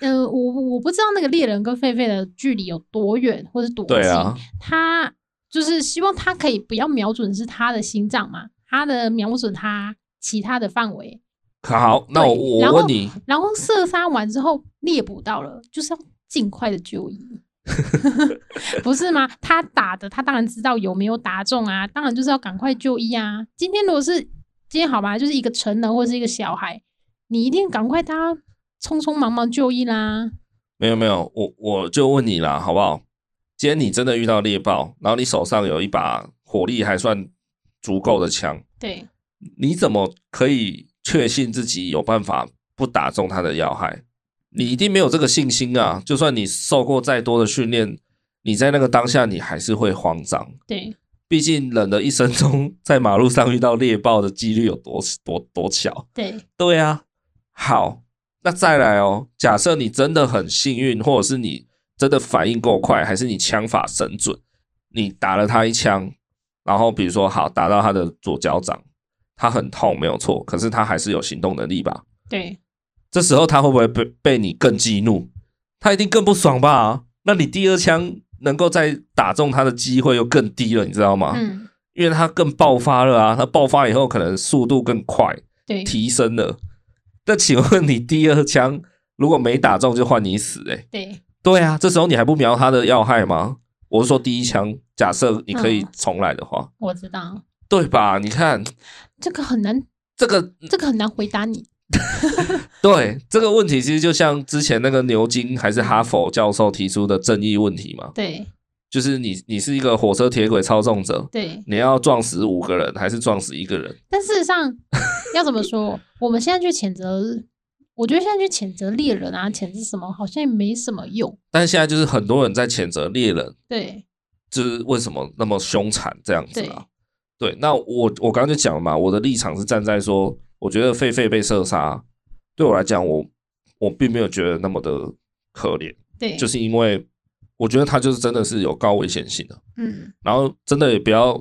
S2: 嗯、呃，我我不知道那个猎人跟狒狒的距离有多远，或是多近，
S1: 对啊，
S2: 他就是希望他可以不要瞄准是他的心脏嘛，他的瞄准他其他的范围，
S1: 好，那我
S2: 对然
S1: 我
S2: 后
S1: 问你，
S2: 然后射杀完之后猎捕到了，就是要尽快的就医，不是吗？他打的，他当然知道有没有打中啊，当然就是要赶快就医啊。今天如果是今天好吧，就是一个成人或是一个小孩，你一定赶快他匆匆忙忙就医啦。
S1: 没有没有，我我就问你啦，好不好？今天你真的遇到猎豹，然后你手上有一把火力还算足够的枪，
S2: 对，
S1: 你怎么可以确信自己有办法不打中他的要害？你一定没有这个信心啊！就算你受过再多的训练，你在那个当下你还是会慌张。
S2: 对，
S1: 毕竟人的一生中，在马路上遇到猎豹的几率有多多多小？
S2: 对，
S1: 对啊，好，那再来哦。假设你真的很幸运，或者是你真的反应够快，还是你枪法神准，你打了他一枪，然后比如说好打到他的左脚掌，他很痛没有错，可是他还是有行动能力吧？
S2: 对，
S1: 这时候他会不会被被你更激怒？他一定更不爽吧？那你第二枪能够再打中他的机会又更低了，你知道吗？
S2: 嗯，
S1: 因为他更爆发了啊，他爆发以后可能速度更快，
S2: 对，
S1: 提升了。那请问你第二枪如果没打中就换你死、欸？诶，
S2: 对，
S1: 对啊，这时候你还不瞄他的要害吗？我是说第一枪，假设你可以
S2: 嗯
S1: 重来的话，
S2: 我知道，
S1: 对吧？你看
S2: 这个很难，
S1: 这个
S2: 这个很难回答你。
S1: 对这个问题，其实就像之前那个牛津还是哈佛教授提出的正义问题嘛，
S2: 对，
S1: 就是你你是一个火车铁轨操纵者，
S2: 对，
S1: 你要撞死五个人还是撞死一个人？
S2: 但事实上，要怎么说？我们现在去谴责，我觉得现在去谴责猎人啊，谴责什么，好像也没什么用。
S1: 但是现在就是很多人在谴责猎人，
S2: 对，
S1: 就是为什么那么凶残这样子
S2: 对
S1: 啊？对，那我我刚刚就讲了嘛，我的立场是站在说，我觉得狒狒被射杀，对我来讲，我我并没有觉得那么的可怜，
S2: 对，
S1: 就是因为我觉得它就是真的是有高危险性的，
S2: 嗯，
S1: 然后真的也不要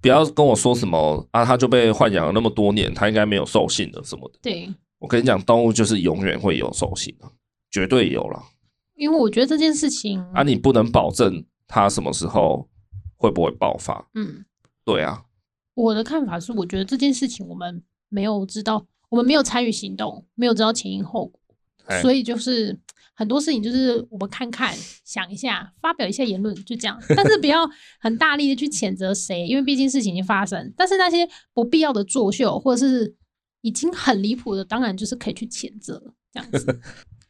S1: 不要跟我说什么啊，它就被豢养了那么多年，它应该没有兽性的什么的。
S2: 对，
S1: 我跟你讲，动物就是永远会有兽性的，绝对有了
S2: 因为我觉得这件事情，
S1: 啊！你不能保证它什么时候会不会爆发，
S2: 嗯，
S1: 对啊。
S2: 我的看法是，我觉得这件事情我们没有知道，我们没有参与行动，没有知道前因后果，
S1: 哎
S2: 所以就是很多事情就是我们看看、想一下、发表一下言论，就这样。但是不要很大力的去谴责谁，因为毕竟事情已经发生。但是那些不必要的作秀，或者是已经很离谱的，当然就是可以去谴责这样子。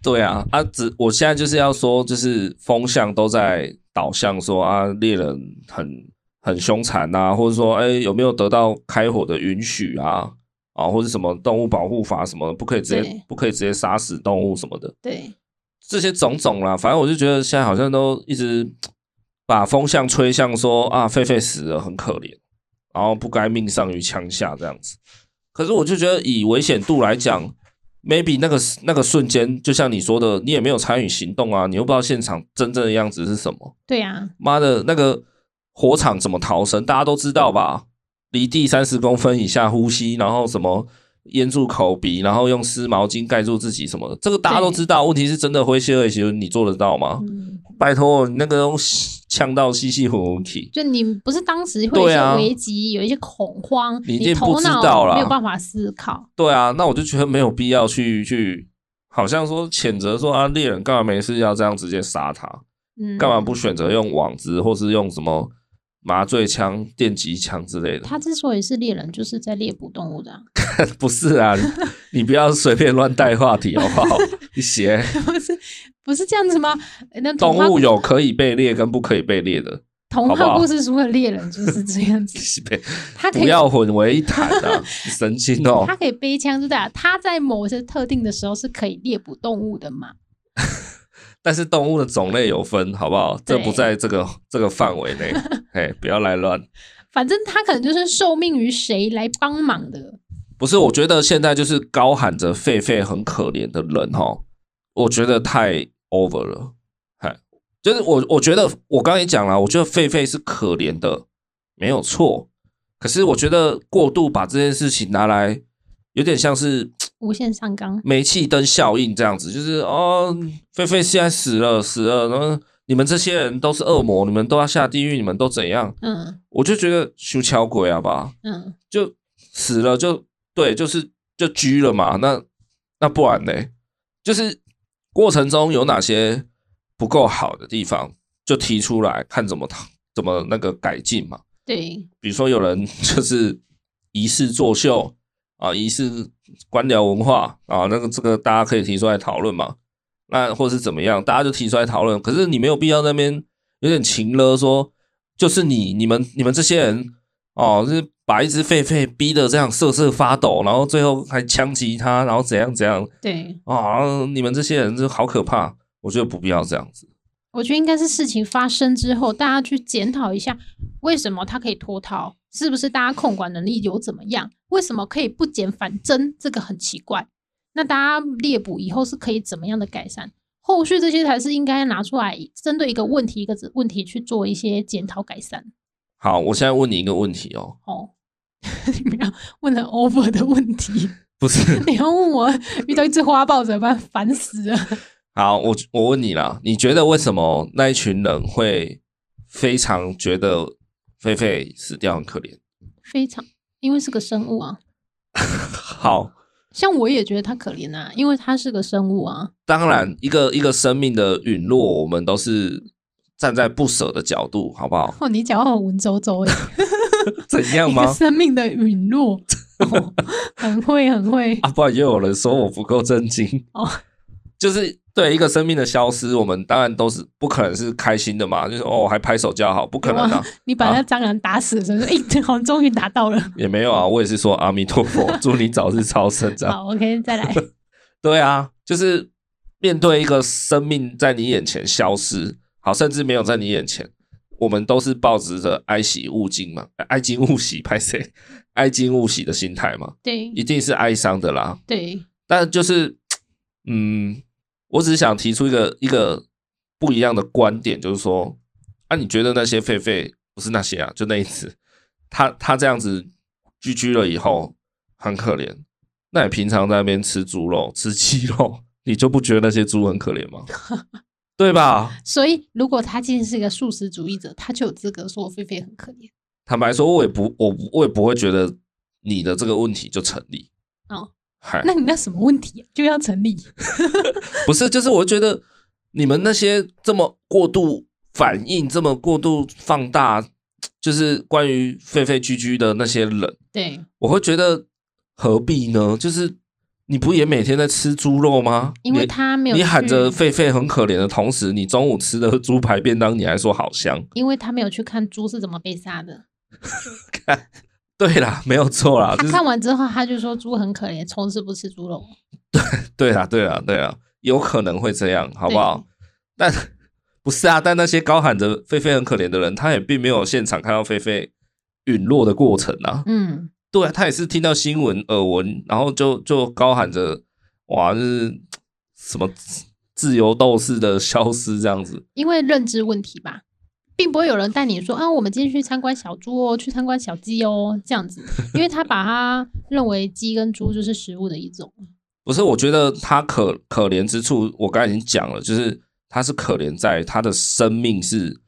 S1: 对啊，啊，只我现在就是要说，就是风向都在导向说啊，猎人很很凶残啊，或者说哎、有没有得到开火的允许啊，啊，或者什么动物保护法什么的，不可以直接
S2: 对
S1: 不可以直接杀死动物什么的，
S2: 对
S1: 这些种种啦，反正我就觉得现在好像都一直把风向吹向说啊，狒狒死了很可怜，然后不该命丧于枪下这样子。可是我就觉得以危险度来讲，maybe 那个那个瞬间，就像你说的，你也没有参与行动啊，你又不知道现场真正的样子是什么。
S2: 对啊，
S1: 妈的，那个火场怎么逃生？大家都知道
S2: 嗯
S1: 吧？离地三十公分以下呼吸，然后什么淹住口鼻，然后用湿毛巾盖住自己什么的，这个大家都知道。问题是真的灰吸二吸，你做得到吗？
S2: 嗯，
S1: 拜托，你那个东西呛到稀稀糊糊气，
S2: 就你不是当时会有一
S1: 对啊
S2: 些危机，有一些恐慌，
S1: 你一
S2: 你
S1: 定不
S2: 头
S1: 知道
S2: 脑
S1: 啦
S2: 没有办法思考。
S1: 对啊，那我就觉得没有必要去去，好像说谴责说啊，猎人干嘛没事要这样直接杀他？
S2: 嗯，
S1: 干嘛不选择用网子或是用什么麻醉枪、电击枪之类的？
S2: 他之所以是猎人，就是在猎捕动物的啊、
S1: 不是啊，你你不要随便乱带话题好不好？你写
S2: 不是不是这样子吗？那童话
S1: 动物有可以被猎跟不可以被猎的，
S2: 童
S1: 好不好
S2: 话故事书的猎人就是这 样子，他可
S1: 不
S2: 以
S1: 要混为一谈啊！你神经哦
S2: 他！可以背枪，就代表他在某些特定的时候是可以猎捕动物的嘛？
S1: 但是动物的种类有分，好不好？这
S2: 对
S1: 不在这个这个范围内，哎，不要来乱。
S2: 反正他可能就是受命于谁来帮忙的。
S1: 不是，我觉得现在就是高喊着狒狒很可怜的人哈，我觉得太 over 了。哎，就是我我觉得我刚才也讲了，我觉得狒狒是可怜的，没有错。可是我觉得过度把这件事情拿来，有点像是
S2: 无限上纲，
S1: 煤气灯效应这样子，就是哦，狒狒现在死了，死了，然后你们这些人都是恶魔，你们都要下地狱，你们都怎样？
S2: 嗯
S1: 我就觉得修桥鬼啊吧，
S2: 嗯，
S1: 就死了就对，就是就拘了嘛。那那不然呢？就是过程中有哪些不够好的地方，就提出来看怎么讨怎么那个改进嘛。
S2: 对
S1: 比如说有人 就是疑似作秀啊，疑似官僚文化啊，那个这个大家可以提出来讨论嘛。那或是怎么样，大家就提出来讨论。可是你没有必要那边有点情了说，就是你你们你们这些人哦，就是把一只狒狒逼得这样瑟瑟发抖，然后最后还枪击他，然后怎样怎样
S2: 对，
S1: 啊、你们这些人就好可怕。我觉得不必要这样子。
S2: 我觉得应该是事情发生之后，大家去检讨一下，为什么他可以脱逃，是不是大家控管能力有怎么样？为什么可以不减反增？这个很奇怪。那大家猎捕以后是可以怎么样的改善？后续这些才是应该拿出来，针对一个问题一个问题去做一些检讨改善。
S1: 好，我现在问你一个问题哦，
S2: 哦， 你不要问很 over 的问题，
S1: 不是，
S2: 你要问我遇到一只花豹怎么办？烦死了！
S1: 好，我我问你啦，你觉得为什么那一群人会非常觉得菲菲死掉很可 怜？
S2: 非常，因为是个生物啊，
S1: 好，
S2: 像我也觉得它可怜啊，因为它是个生物啊。
S1: 当然，一个一个生命的陨落，我们都是站在不舍的角度，好不 好？
S2: 哦，你讲话很文绉绉耶，
S1: 怎样
S2: 一个
S1: 吗？
S2: 生命的 陨落，哦、很会很会。
S1: 啊，不然也有人说我不够震惊
S2: 哦。
S1: 就是对一个生命的消失，我们当然都是不可能是开心的嘛，就是哦还拍手叫好，不可能
S2: 有
S1: 啊
S2: 啊，你把那蟑螂打死的时候，哎、正好终于打到了。
S1: 也没有啊，我也是说阿弥陀 佛，祝你早日超生这样。
S2: 好，OK，再 来。
S1: 对啊，就是面对一个生命在你眼前消失，好，甚至没有在你眼前，我们都是抱着着哀喜勿惊嘛，呃哀今勿喜， 拍谁？哀今勿喜的心态嘛，
S2: 对
S1: 一定是哀伤的啦。
S2: 对，
S1: 但就是，嗯，我只是想提出一个一个不一样的观点，就是说，啊，你觉得那些狒狒不是那些啊，就那一只，他他这样子居居了以后很可怜，那你平常在那边吃猪肉、吃鸡肉， 你就不觉得那些猪很可怜吗？对吧？
S2: 所以如果他今天是一个素食主义者，他就有资格说菲菲很可怜。
S1: 坦白说，我也不，我不我也不会觉得你的这个问题就成立。
S2: 哦，
S1: 嗨，
S2: 那你那什么问题、啊就要 成立？
S1: 不是，就是我觉得你们那些这么过度反应、这么过度放大，就是关于狒狒居居的那些人，
S2: 对，
S1: 我会觉得何必呢？就是你不也每天在吃猪肉吗？
S2: 因为
S1: 你
S2: 他没有
S1: 你喊着
S2: 去
S1: 狒狒很可怜的同时，你中午吃的猪排便当，你还说好香。
S2: 因为他没有去看猪是怎么被杀的。
S1: 对啦，没有错 啦，
S2: 他
S1: 啊就是
S2: 看完之后，他就说猪很可怜，从此不吃猪肉。
S1: 对啦，对啊啦，对啦，有可能会这样，好不好
S2: 对？
S1: 但不是啊，但那些高喊着“菲菲很可怜”的人，他也并没有现场看到菲菲陨落的过程啊。
S2: 嗯，
S1: 对啊，他也是听到新闻耳闻，然后就就高喊着“哇，就是什么自由斗士的消失”这样子。
S2: 因为认知问题吧，并不会有人带你说啊，我们今天去参观小猪哦，去参观小鸡哦，这样子，因为他把他认为鸡跟猪就是食物的一种。
S1: 不是，我觉得他可可怜之处，我刚才已经讲了，就是他是可怜在他的生命是，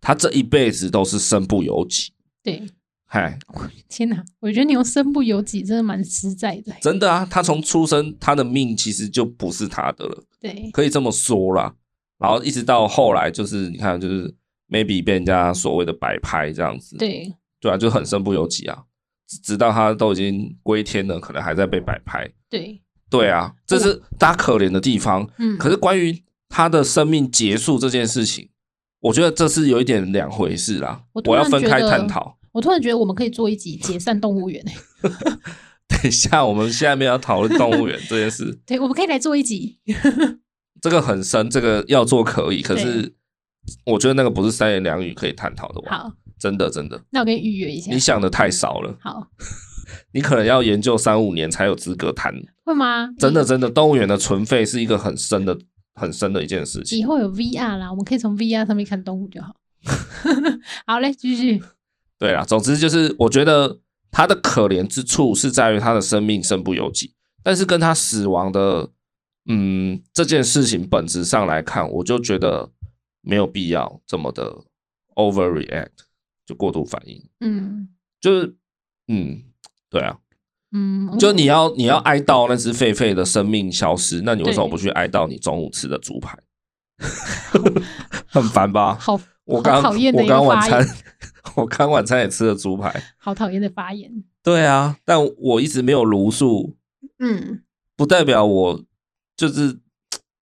S1: 他这一辈子都是身不由己。
S2: 对，
S1: 嗨，
S2: 天哪，我觉得你用身不由己真的蛮实在的。
S1: 真的啊，他从出生，他的命其实就不是他的了，
S2: 对，
S1: 可以这么说啦。然后一直到后来，就是你看，就是 maybe 被人家所谓的摆拍这样子，
S2: 对，
S1: 对啊，就很身不由己啊。直直到他都已经归天了，可能还在被摆拍。
S2: 对，
S1: 对啊，这是他可怜的地方。
S2: 嗯，
S1: 可是关于他的生命结束这件事情，我觉得这是有一点两回事啦。
S2: 我突
S1: 我要
S2: 然
S1: 分
S2: 觉
S1: 开
S2: 得
S1: 探讨。
S2: 我突然觉得我们可以做一集解散动物园、欸、
S1: 等一下，我们现在没有要讨论动物园这件事。
S2: 对，我们可以来做一集。
S1: 这个很深，这个要做可以，可是我觉得那个不是三言两语可以探讨的完，
S2: 好，啊
S1: 真的真的，
S2: 那我跟你预约一下
S1: 你。想的太少了，
S2: 好，
S1: 你可能要研究三五年才有资格谈。
S2: 会吗？
S1: 真的真的，动物园的存废是一个很深的、很深的一件事
S2: 以
S1: 情。
S2: 后有 VR 啦，我们可以从 VR 上面看动物就好。 好嘞，继续。
S1: 对啦，总之就是我觉得他的可怜之处是在于他的生命身不由己，但是跟他死亡的，嗯，这件事情本质上来看，我就觉得没有必要这么的 overreact，就过度反应。
S2: 嗯
S1: 就是，嗯，对啊，
S2: 嗯，
S1: 就你要你要哀悼那只狒狒的生命消失，那你为什么
S2: 对
S1: 不去哀悼你中午吃的猪 排？很烦吧？
S2: 好
S1: 我刚
S2: 好讨厌的
S1: 我
S2: 一个
S1: 刚晚
S2: 发
S1: 餐
S2: 言，
S1: 我刚晚餐也吃了猪排。
S2: 好讨厌的发言。
S1: 对啊，但我一直没有茹素，
S2: 嗯，
S1: 不代表我就是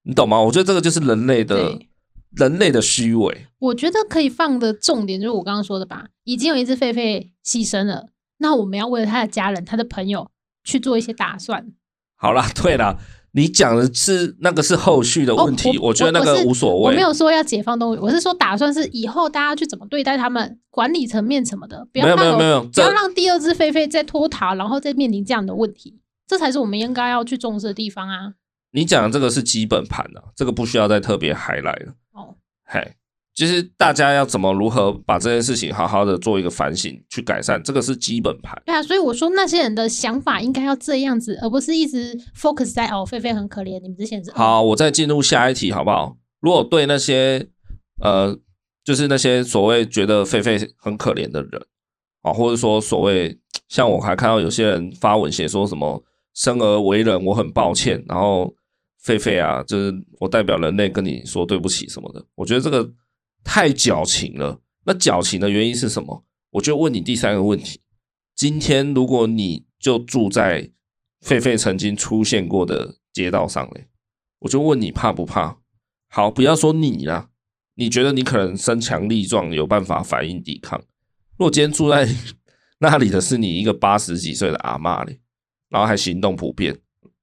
S1: 你懂吗？我觉得这个就是人类的
S2: 对
S1: 人类的虚伪。
S2: 我觉得可以放的重点就是我刚刚说的吧，已经有一只狒狒牺牲了，那我们要为了他的家人、他的朋友去做一些打算。
S1: 好啦，对啦，你讲的是那个是后续的问题，
S2: 哦我
S1: 觉得那个无所
S2: 我没
S1: 谓。
S2: 有说要解放动物，我是说打算是以后大家去怎么对待他们，管理层面什么的，不要
S1: 没有
S2: 让
S1: 没有没有
S2: 不要
S1: 这
S2: 让第二只狒狒再脱逃，然后再面临这样的问题，这才是我们应该要去重视的地方啊。
S1: 你讲的这个是基本盘啊，这个不需要再特别 highlight 了。
S2: 哦，
S1: 嘿，就是大家要怎么如何把这件事情好好的做一个反省，去改善，这个是基本盘。
S2: 对啊，所以我说那些人的想法应该要这样子，而不是一直 focus 在哦，狒狒很可怜，你们之前是，
S1: 好，我再进入下一题好不好？如果对那些呃，就是那些所谓觉得狒狒很可怜的人啊，或者说所谓像我还看到有些人发文写说什么“生而为人，我很抱歉”，然后狒狒啊，就是我代表人类跟你说对不起什么的，我觉得这个太矫情了。那矫情的原因是什么？我就问你第三个问题：今天如果你就住在狒狒曾经出现过的街道上嘞，我就问你怕不怕？好，不要说你啦，你觉得你可能身强力壮，有办法反应抵抗。如果今天住在 那里的是你一个八十几岁的阿嬷嘞，然后还行动不便，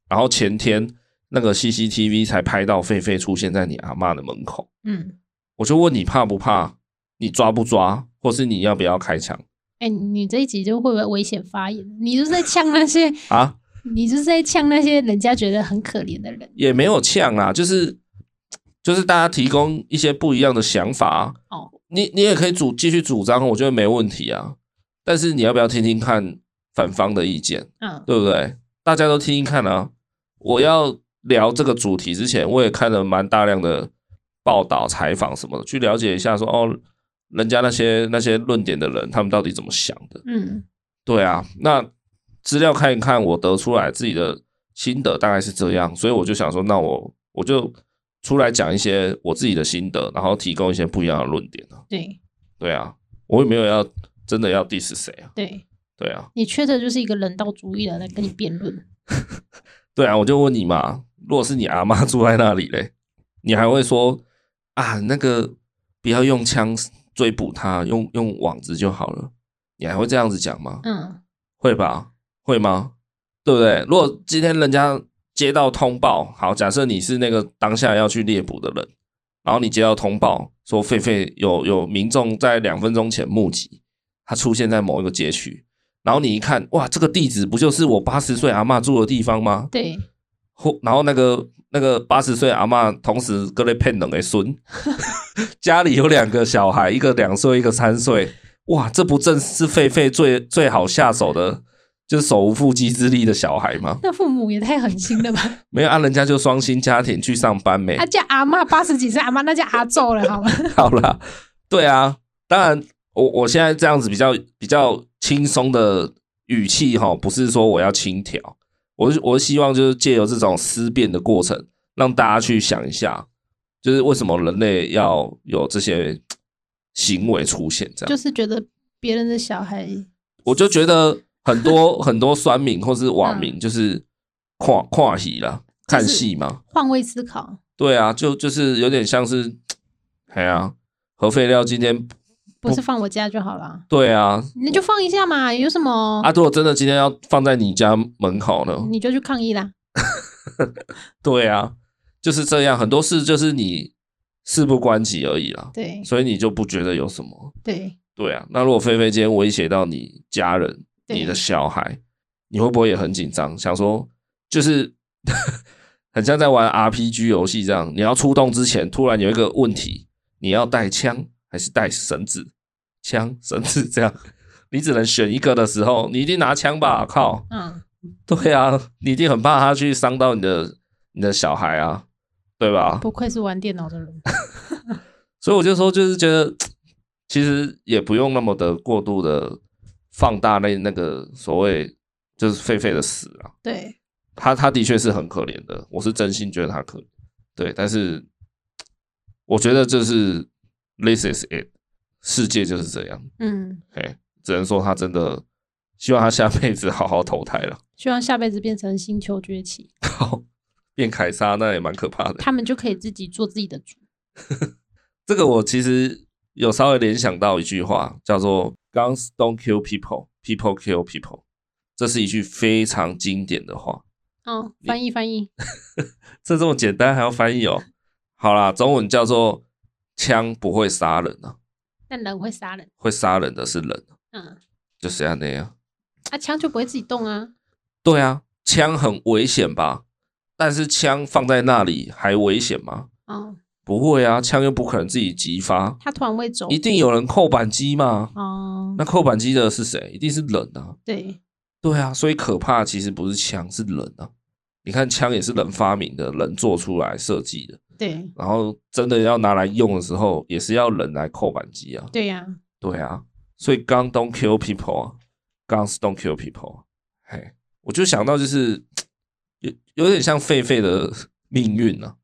S1: 然后前天那个 CCTV 才拍到狒狒出现在你阿嬷的门口，
S2: 嗯，
S1: 我就问你怕不怕？你抓不抓？或是你要不要开枪
S2: 哎、你这一集就会不会危险发言？你就是在呛那些，
S1: 啊？
S2: 你就是在呛那些人家觉得很可怜的人
S1: 也没有呛啦，就是就是大家提供一些不一样的想法啊、
S2: 哦。
S1: 你你也可以主继续主张，我觉得没问题啊。但是你要不要听听看反方的意见，
S2: 嗯，
S1: 对不对？大家都听听看啊。我要聊这个主题之前，我也看了蛮大量的报道、采访什么的，去了解一下说哦，人家那些那些论点的人，他们到底怎么想的？
S2: 嗯，
S1: 对啊，那资料看一看，我得出来自己的心得大概是这样，所以我就想说，那我我就出来讲一些我自己的心得，然后提供一些不一样的论点啊。
S2: 对
S1: 对啊，我也没有要真的要 diss 谁啊。
S2: 对，
S1: 对啊，
S2: 你缺的就是一个人道主义的人来跟你辩论。
S1: 对啊，我就问你嘛，如果是你阿妈住在那里嘞，你还会说啊那个不要用枪追捕他，用用网子就好了？你还会这样子讲吗？
S2: 嗯，
S1: 会吧？会吗？对不对？如果今天人家接到通报，好，假设你是那个当下要去猎捕的人，然后你接到通报说狒狒有有民众在两分钟前目击，他出现在某一个街区，然后你一看，哇，这个地址不就是我八十岁阿嬷住的地方吗？
S2: 对，
S1: 或然后那个那个八十岁阿嬷同时搁在骗两个孙， 家里有两个小孩，一个两岁，一个三岁，哇，这不正是狒狒最最好下手的，就是手无缚鸡之力的小孩吗？
S2: 那父母也太狠心了吧？
S1: 没有啊，人家就双薪家庭去上班没
S2: 他、？叫阿嬷八十几岁阿嬷，那叫阿昼了，好吗？
S1: 好啦，对啊，当然，我我现在这样子比较比较轻松的语气哈，不是说我要轻佻，我是我是希望就是借由这种思辨的过程，让大家去想一下，就是为什么人类要有这些行为出现这样。
S2: 就是觉得别人的小孩，
S1: 我就觉得很多 很多酸民或是网民就是跨跨戏啦，
S2: 嗯就
S1: 看
S2: 是
S1: 戏嘛，
S2: 换位思考，
S1: 对啊，就就是有点像是，哎呀，核废料今天
S2: 不是放我家就好了，
S1: 对啊，
S2: 你就放一下嘛，有什么、
S1: 啊，如果真的今天要放在你家门口呢？
S2: 你就去抗议啦。
S1: 对啊，就是这样，很多事就是你事不关己而已啦，
S2: 对
S1: 所以你就不觉得有什么。
S2: 对
S1: 对啊，那如果菲菲今天威胁到你家人、
S2: 对
S1: 你的小孩，你会不会也很紧张？想说就是 很像在玩 RPG 游戏这样，你要出动之前，突然有一个问题，你要带枪还是带绳子？枪、绳子这样，你只能选一个的时候，你一定拿枪吧？靠！
S2: 嗯，
S1: 对啊，你一定很怕他去伤到你的你的小孩啊，对吧？
S2: 不愧是玩电脑的人。
S1: 所以我就说，就是觉得其实也不用那么的过度的放大那那个所谓就是狒狒的死啊，
S2: 对，
S1: 他他的确是很可怜的，我是真心觉得他可怜，对，但是我觉得就是 this is it，世界就是这样，
S2: 嗯，
S1: 哎，只能说他真的希望他下辈子好好投胎了，
S2: 希望下辈子变成星球崛起，
S1: 好，变凯撒那也蛮可怕的。
S2: 他们就可以自己做自己的主。
S1: 这个我其实有稍微联想到一句话，叫做 “Guns don't kill people, people kill people”，这是一句非常经典的话。
S2: 嗯，翻译翻译，
S1: 这这么简单还要翻译哦？好啦，中文叫做枪不会杀人啊，
S2: 但人会杀人，
S1: 会杀人的是人，啊
S2: 嗯，
S1: 就是要那样。
S2: 啊，枪就不会自己动啊，
S1: 对啊，枪很危险吧？但是枪放在那里还危险吗？
S2: 哦，
S1: 不会啊，枪又不可能自己击发，
S2: 它突然会走，
S1: 一定有人扣扳机嘛。
S2: 哦，
S1: 那扣扳机的是谁？一定是人啊。
S2: 对，
S1: 对啊，所以可怕其实不是枪，是人啊。你看，枪也是人发明的，人做出来设计的，
S2: 对，
S1: 然后真的要拿来用的时候，也是要人来扣扳机啊。
S2: 对呀、
S1: 对啊，所以 gun don't kill people 啊，guns don't kill people 啊。嘿，我就想到就是有有点像狒狒的命运啊，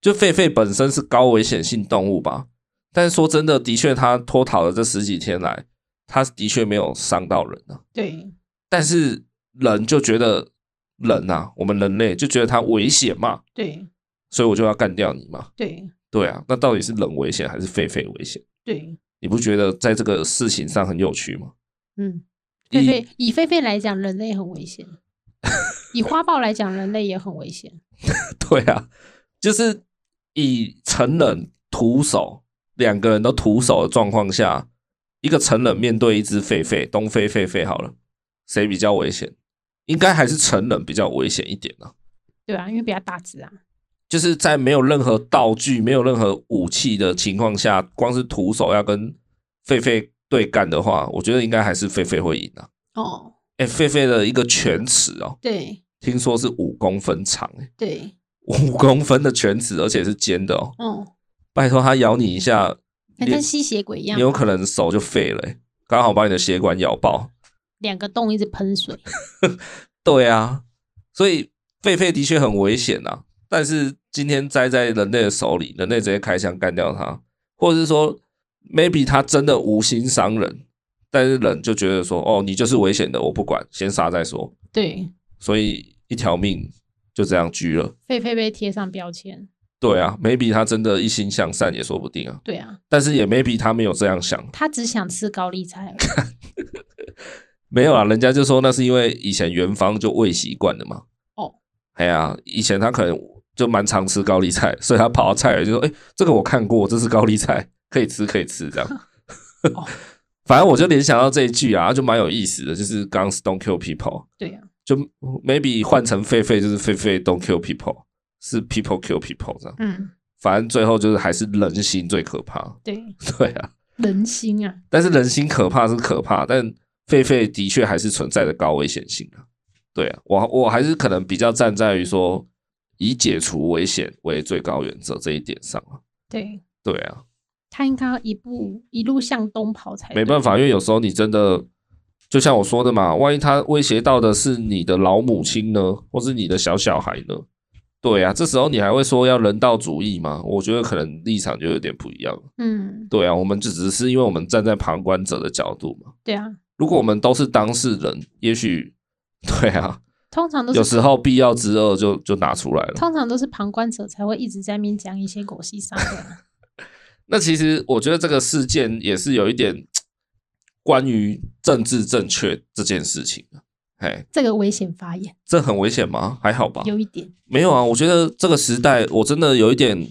S1: 就狒狒本身是高危险性动物吧，但是说真的，的确它脱逃的这十几天来，它的确没有伤到人啊，
S2: 对，
S1: 但是人就觉得人啊，我们人类就觉得它危险嘛，
S2: 对，
S1: 所以我就要干掉你嘛。
S2: 对，
S1: 对啊，那到底是人危险还是狒狒危险？
S2: 对，
S1: 你不觉得在这个事情上很有趣吗？
S2: 嗯，
S1: 一
S2: 狒狒以狒狒来讲，人类很危险；以花豹来讲，人类也很危险。
S1: 对啊，就是以成人徒手两个人都徒手的状况下，一个成人面对一只狒狒，东非狒狒好了，谁比较危险？应该还是成人比较危险一点啊。
S2: 对啊，因为比较大只啊。
S1: 就是在没有任何道具、没有任何武器的情况下，光是徒手要跟狒狒对干的话，我觉得应该还是狒狒会赢啊。
S2: 哦，
S1: 哎、狒狒的一个拳尺哦，
S2: 对
S1: 听说是五公分长、欸，
S2: 对，
S1: 五公分的拳尺，而且是尖的哦。
S2: 哦，
S1: 拜托，它咬你一下，
S2: 那
S1: 你
S2: 跟吸啊血鬼一样
S1: 你，有可能手就废了欸、刚好把你的血管咬爆。
S2: 两个洞一直喷水。
S1: 对啊，所以狒狒的确很危险呐、啊。但是今天栽在人类的手里，人类直接开枪干掉它，或者是说，maybe 它真的无心伤人，但是人就觉得说，哦，你就是危险的，我不管，先杀再说。
S2: 对，
S1: 所以一条命就这样拘了。
S2: 狒狒被贴上标签。
S1: 对啊，maybe 他真的一心向善也说不定啊，
S2: 对啊，
S1: 但是也 maybe 他没有这样想，
S2: 他只想吃高丽菜而已。
S1: 没有啊，
S2: 嗯
S1: 人家就说那是因为以前元芳就喂习惯了嘛。
S2: 哦，
S1: 哎呀，以前他可能就蛮常吃高丽菜， 所以他跑到菜园就说：“哎、这个我看过，这是高丽菜， 可以吃，可以吃。”这样。
S2: 哦
S1: 反正我就联想到这一句啊，就蛮有意思的，就是 “guns don't kill people”，
S2: 对啊，
S1: 就 maybe 换成狒狒就是狒狒 don't kill people，是 people kill people 这样。
S2: 嗯，
S1: 反正最后就是还是人心最可怕，
S2: 对，
S1: 对啊。
S2: 人心啊，
S1: 但是人心可怕是可怕，但狒狒的确还是存在着高危险性啊。对啊，我我还是可能比较站在于说以解除危险为最高原则这一点上啊。
S2: 对
S1: 对啊，
S2: 他应该要一步一路向东跑才哎对。
S1: 没办法，因为有时候你真的就像我说的嘛，万一他威胁到的是你的老母亲呢，或是你的小小孩呢？对啊，这时候你还会说要人道主义吗？我觉得可能立场就有点不一样了。
S2: 嗯，
S1: 对啊，我们就只是因为我们站在旁观者的角度嘛。
S2: 对啊，
S1: 如果我们都是当事人，也许 对啊，
S2: 通常都
S1: 有
S2: 是
S1: 时候必要之恶就就拿出来了。
S2: 通常都是旁观者才会一直在面讲一些狗屁伤的。
S1: 那其实我觉得这个事件也是有一点关于政治正确这件事情的。哎，
S2: 这个危险发言
S1: 这很危险吗？还好吧，
S2: 有一点，
S1: 没有啊。我觉得这个时代，我真的有一点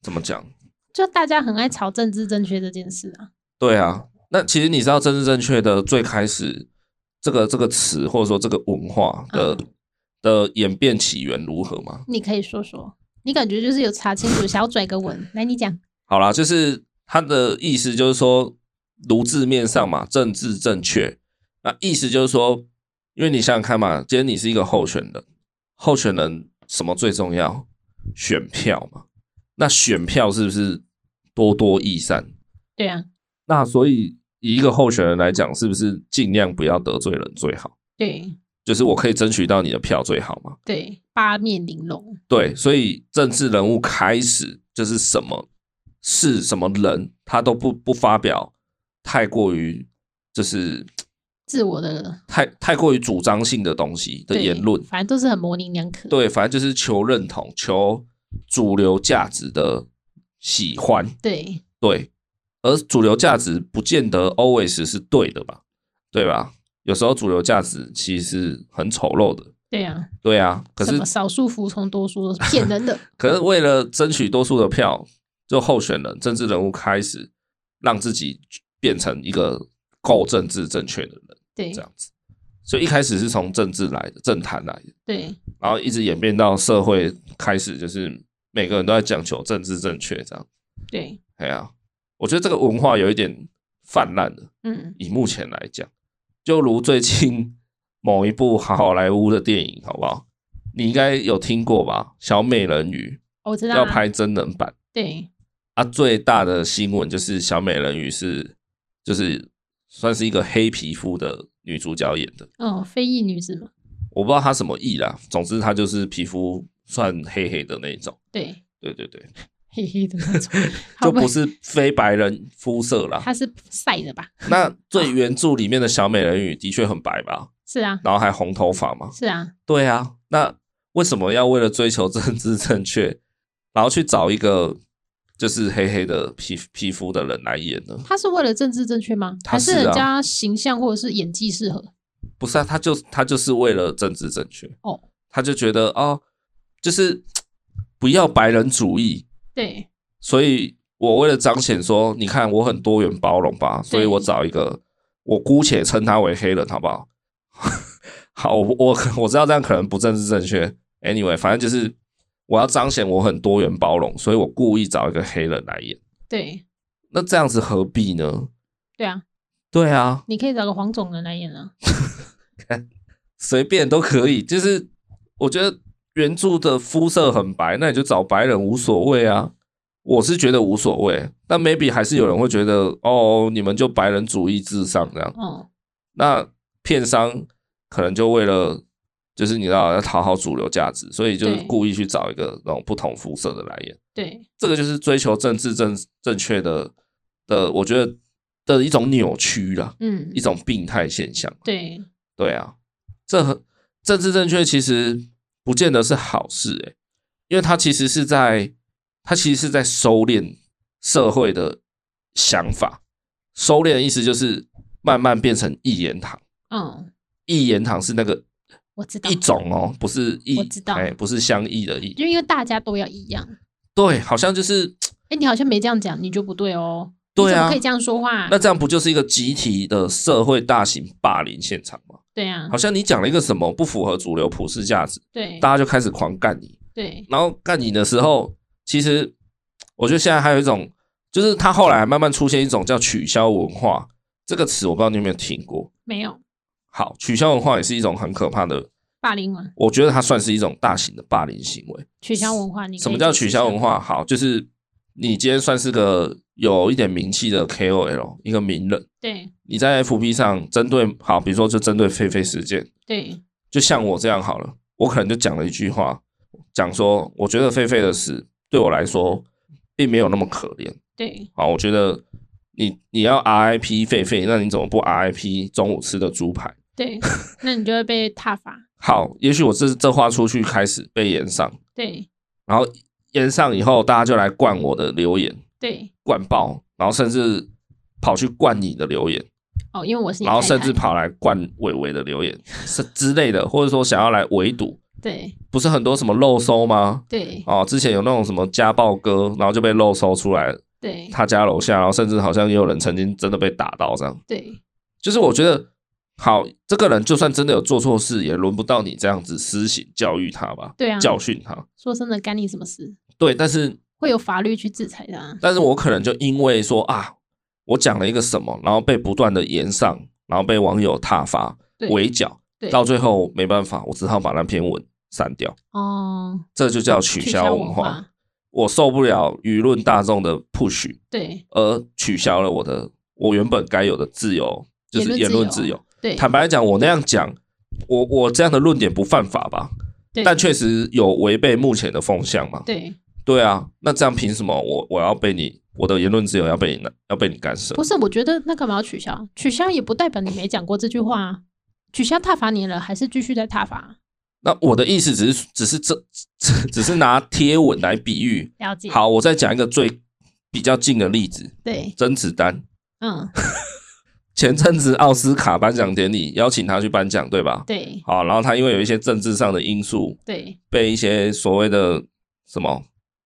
S1: 怎么讲？
S2: 就大家很爱吵政治正确这件事啊。
S1: 对啊，那其实你知道政治正确的最开始这个这个词或者说这个文化的、
S2: 嗯
S1: 的演变起源如何吗？
S2: 你可以说说，你感觉就是有查清楚，想要拽个文，来你讲。
S1: 好啦，就是他的意思就是说，如字面上嘛，政治正确。那意思就是说，因为你想想看嘛，今天你是一个候选人，候选人什么最重要？选票嘛。那选票是不是多多益善？
S2: 对啊，
S1: 那所以以一个候选人来讲，是不是尽量不要得罪人最好？
S2: 对
S1: 就是我可以争取到你的票最好嘛？
S2: 对，八面玲珑，
S1: 对，所以政治人物开始就是什么是什么人，他都不不发表太过于就是
S2: 自我的
S1: 太太过于主张性的东西的
S2: 对
S1: 言论。
S2: 反正都是很模棱两可。
S1: 对，反正就是求认同、求主流价值的喜欢。
S2: 对
S1: 对，而主流价值不见得 always 是对的吧？对吧？有时候主流价值其实是很丑陋的，
S2: 对呀、
S1: 对啊，可
S2: 什
S1: 是
S2: 么少数服从多数都是骗人 的。
S1: 可是为了争取多数的票，就候选人、政治人物开始让自己变成一个够政治正确的人，
S2: 对
S1: 这样子。所以一开始是从政治来的，政坛来的，
S2: 对
S1: 然后一直演变到社会开始，就是每个人都在讲求政治正确这样。
S2: 对，
S1: 哎呀、我觉得这个文化有一点泛滥了。
S2: 嗯，
S1: 以目前来讲，就如最近某一部好莱坞的电影，好不好？你应该有听过吧？小美人鱼
S2: 我知道、啊。
S1: 要拍真人版
S2: 对
S1: 啊，最大的新闻就是小美人鱼是就是算是一个黑皮肤的女主角演的，
S2: 哦，非裔女子嘛，
S1: 我不知道她什么意啦，总之她就是皮肤算黑黑的那一种，
S2: 对，
S1: 对对对，，
S2: 黑黑的那种
S1: 就
S2: 好吧
S1: 不，是啊非白人肤色啦。
S2: 她是晒的吧？
S1: 那最原著里面的小美人鱼的确很白吧，
S2: 是啊，
S1: 然后还红头发嘛，
S2: 是啊，
S1: 对啊，那为什么要为了追求政治正确，然后去找一个就是黑黑的皮皮肤的人来演呢？
S2: 她是为了政治正确吗？
S1: 她
S2: 还
S1: 是啊
S2: 是人家形象或者是演技适合？
S1: 不是啊，他就他就是为了政治正确
S2: 哦，
S1: 他就觉得哦，就是嘖不要白人主义，
S2: 对
S1: 所以我为了彰显说，你看我很多元包容吧，所以我找一个，我姑且称他为黑人，好不好？ 好，我我我知道这样可能不政治正确，anyway，反正就是我要彰显我很多元包容，所以我故意找一个黑人来演，
S2: 对
S1: 那这样子何必呢？
S2: 对啊，
S1: 对啊，
S2: 你可以找个黄种人来演啊。
S1: 随便都可以， 就是我觉得原著的肤色很白，那你就找白人无所谓啊。我是觉得无所谓，但 maybe 还是有人会觉得哦，你们就白人主义至上这样。
S2: 哦，
S1: 那片商可能就为了就是你知道要讨好主流价值，所以就是
S2: 对
S1: 故意去找一个那种不同肤色的来演。
S2: 对
S1: 这个就是追求政治正正确的的，我觉得的一种扭曲啦，
S2: 嗯
S1: 一，种病态现象。
S2: 对
S1: 对啊，这很政治正确其实不见得是好事诶、因为它其实是在它其实是在收敛社会的想法。收敛的意思就是慢慢变成一言堂，
S2: 嗯，
S1: 一言堂是那个
S2: 我知道
S1: 一，种哦，不是一
S2: 我知道
S1: 哎，不是相异的异。
S2: 就因为大家都要一样。
S1: 对，好像就是
S2: 哎，你好像没这样讲，你就不对哦。
S1: 对啊
S2: 你怎么可以这样说话
S1: 那？这样不就是一个集体的社会大型霸凌现场吗？
S2: 对啊
S1: 好，像你讲了一个什么不符合主流普世价值，
S2: 对
S1: 大家就开始狂干你。
S2: 对
S1: 然后干你的时候，其实我觉得现在还有一种，就是他后来慢慢出现一种叫取消文化这个词，我不知道你有没有听过。
S2: 没有
S1: 好，取消文化也是一种很可怕的，
S2: 霸凌嘛，
S1: 我觉得它算是一种大型的霸凌行为。
S2: 取消文化，你可以
S1: 什么叫
S2: 解释
S1: 取
S2: 一下
S1: 消文？化？好，就是你今天算是个有一点名气的 KOL，一个名人，
S2: 对
S1: 你在 FB 上针对好，比如说就针对狒狒事件，
S2: 对
S1: 就像我这样好了，我可能就讲了一句话，讲说我觉得狒狒的死对我来说并没有那么可怜
S2: 对
S1: 啊，我觉得你你要 RIP 狒狒，那你怎么不 RIP 中午吃的猪排？
S2: 对，那你就会被踏伐。
S1: 好，也许我这这话出去开始被延上，
S2: 对
S1: 然后延上以后大家就来灌我的留言，
S2: 对
S1: 灌爆，然后甚至跑去灌你的留言，
S2: 哦，因为我是你
S1: 然后
S2: 太
S1: 甚至
S2: 太
S1: 跑来灌伟伟的留言是之类的，或者说想要来围堵，
S2: 对
S1: 不是很多什么漏收吗？
S2: 对
S1: 哦，之前有那种什么家暴哥，然后就被漏搜出来，
S2: 对
S1: 他家楼下，然后甚至好像也有人曾经真的被打到这样。
S2: 对
S1: 就是我觉得，好，这个人就算真的有做错事，也轮不到你这样子施行教育他吧，
S2: 对啊，
S1: 教训他。
S2: 说真的，干你什么事？
S1: 对，但是
S2: 会有法律去制裁的啊。
S1: 但是我可能就因为说啊，我讲了一个什么，然后被不断的延上，然后被网友挞伐、
S2: 对
S1: 围剿，
S2: 对
S1: 到最后没办法，我只好把那篇文删掉，
S2: 哦，
S1: 这就叫取
S2: 取
S1: 消文
S2: 文
S1: 化。，我受不了舆论大众的 push。
S2: 对
S1: 而取消了我的我原本该有的自由，就是言
S2: 言
S1: 论
S2: 论
S1: 自
S2: 自由
S1: 由。
S2: 对
S1: 坦白讲，我那样讲，我我这样的论点不犯法吧？
S2: 对
S1: 但确实有违背目前的风向嘛？
S2: 对，
S1: 对啊，那这样凭什么我我要被你我的言论自由要被你要被你干涉
S2: 不？是，我觉得那干嘛要取消？取消也不代表你没讲过这句话啊。取消踏伐你了，还是继续在踏伐？啊
S1: 那我的意思只是只是这只只是拿贴文来比喻。
S2: 了解，，
S1: 好，我再讲一个最比较近的例子，
S2: 对，
S1: 甄子丹。
S2: 嗯，
S1: 前阵子奥斯卡颁奖典礼邀请他去颁奖，对吧？
S2: 对
S1: 好，然后他因为有一些政治上的因素，
S2: 对
S1: 被一些所谓的什么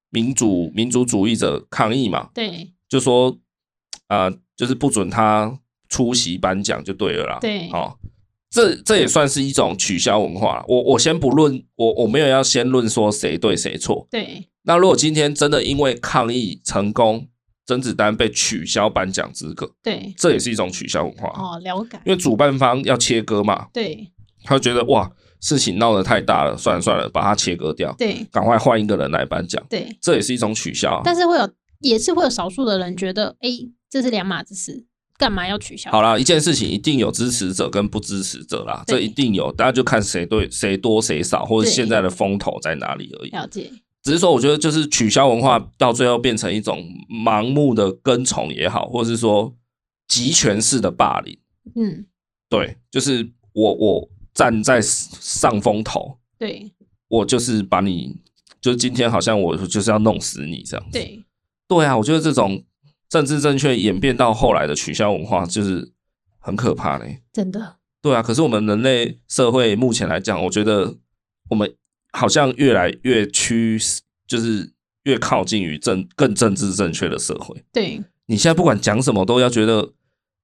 S1: 民主民主主义者抗议嘛，
S2: 对
S1: 就说啊、呃就是不准他出席颁奖就对了啦。
S2: 对
S1: 好、这这也算是一种取消文化啦。我我先不论，我我没有要先论说谁对谁错。
S2: 对
S1: 那如果今天真的因为抗议成功，甄子丹被取消颁奖资格，
S2: 对，
S1: 这也是一种取消文化，
S2: 哦，了解，
S1: 因为主办方要切割嘛，
S2: 对
S1: 他觉得哇事情闹得太大了，算了算了，把它切割掉，
S2: 对
S1: 赶快换一个人来颁奖，
S2: 对，
S1: 这也是一种取消啊。
S2: 但是会有，也是会有少数的人觉得，哎，这是两码子事，干嘛要取消？
S1: 好啦，一件事情一定有支持者跟不支持者啦，
S2: 对
S1: 这一定有，大家就看谁对谁多谁少，或者
S2: 对
S1: 现在的风头在哪里而已。
S2: 了解，
S1: 只是说，我觉得就是取消文化到最后变成一种盲目的跟从也好，或是说集权式的霸凌。
S2: 嗯，
S1: 对，就是我我站在上风头，
S2: 对
S1: 我就是把你，就是今天好像我就是要弄死你这样。
S2: 对
S1: 对啊，我觉得这种政治正确演变到后来的取消文化，就是很可怕嘞、
S2: 真的，
S1: 对啊，可是我们人类社会目前来讲，我觉得我们好像越来越趋势，就是越靠近于政更政治正确的社会。
S2: 对
S1: 你现在不管讲什么，都要觉得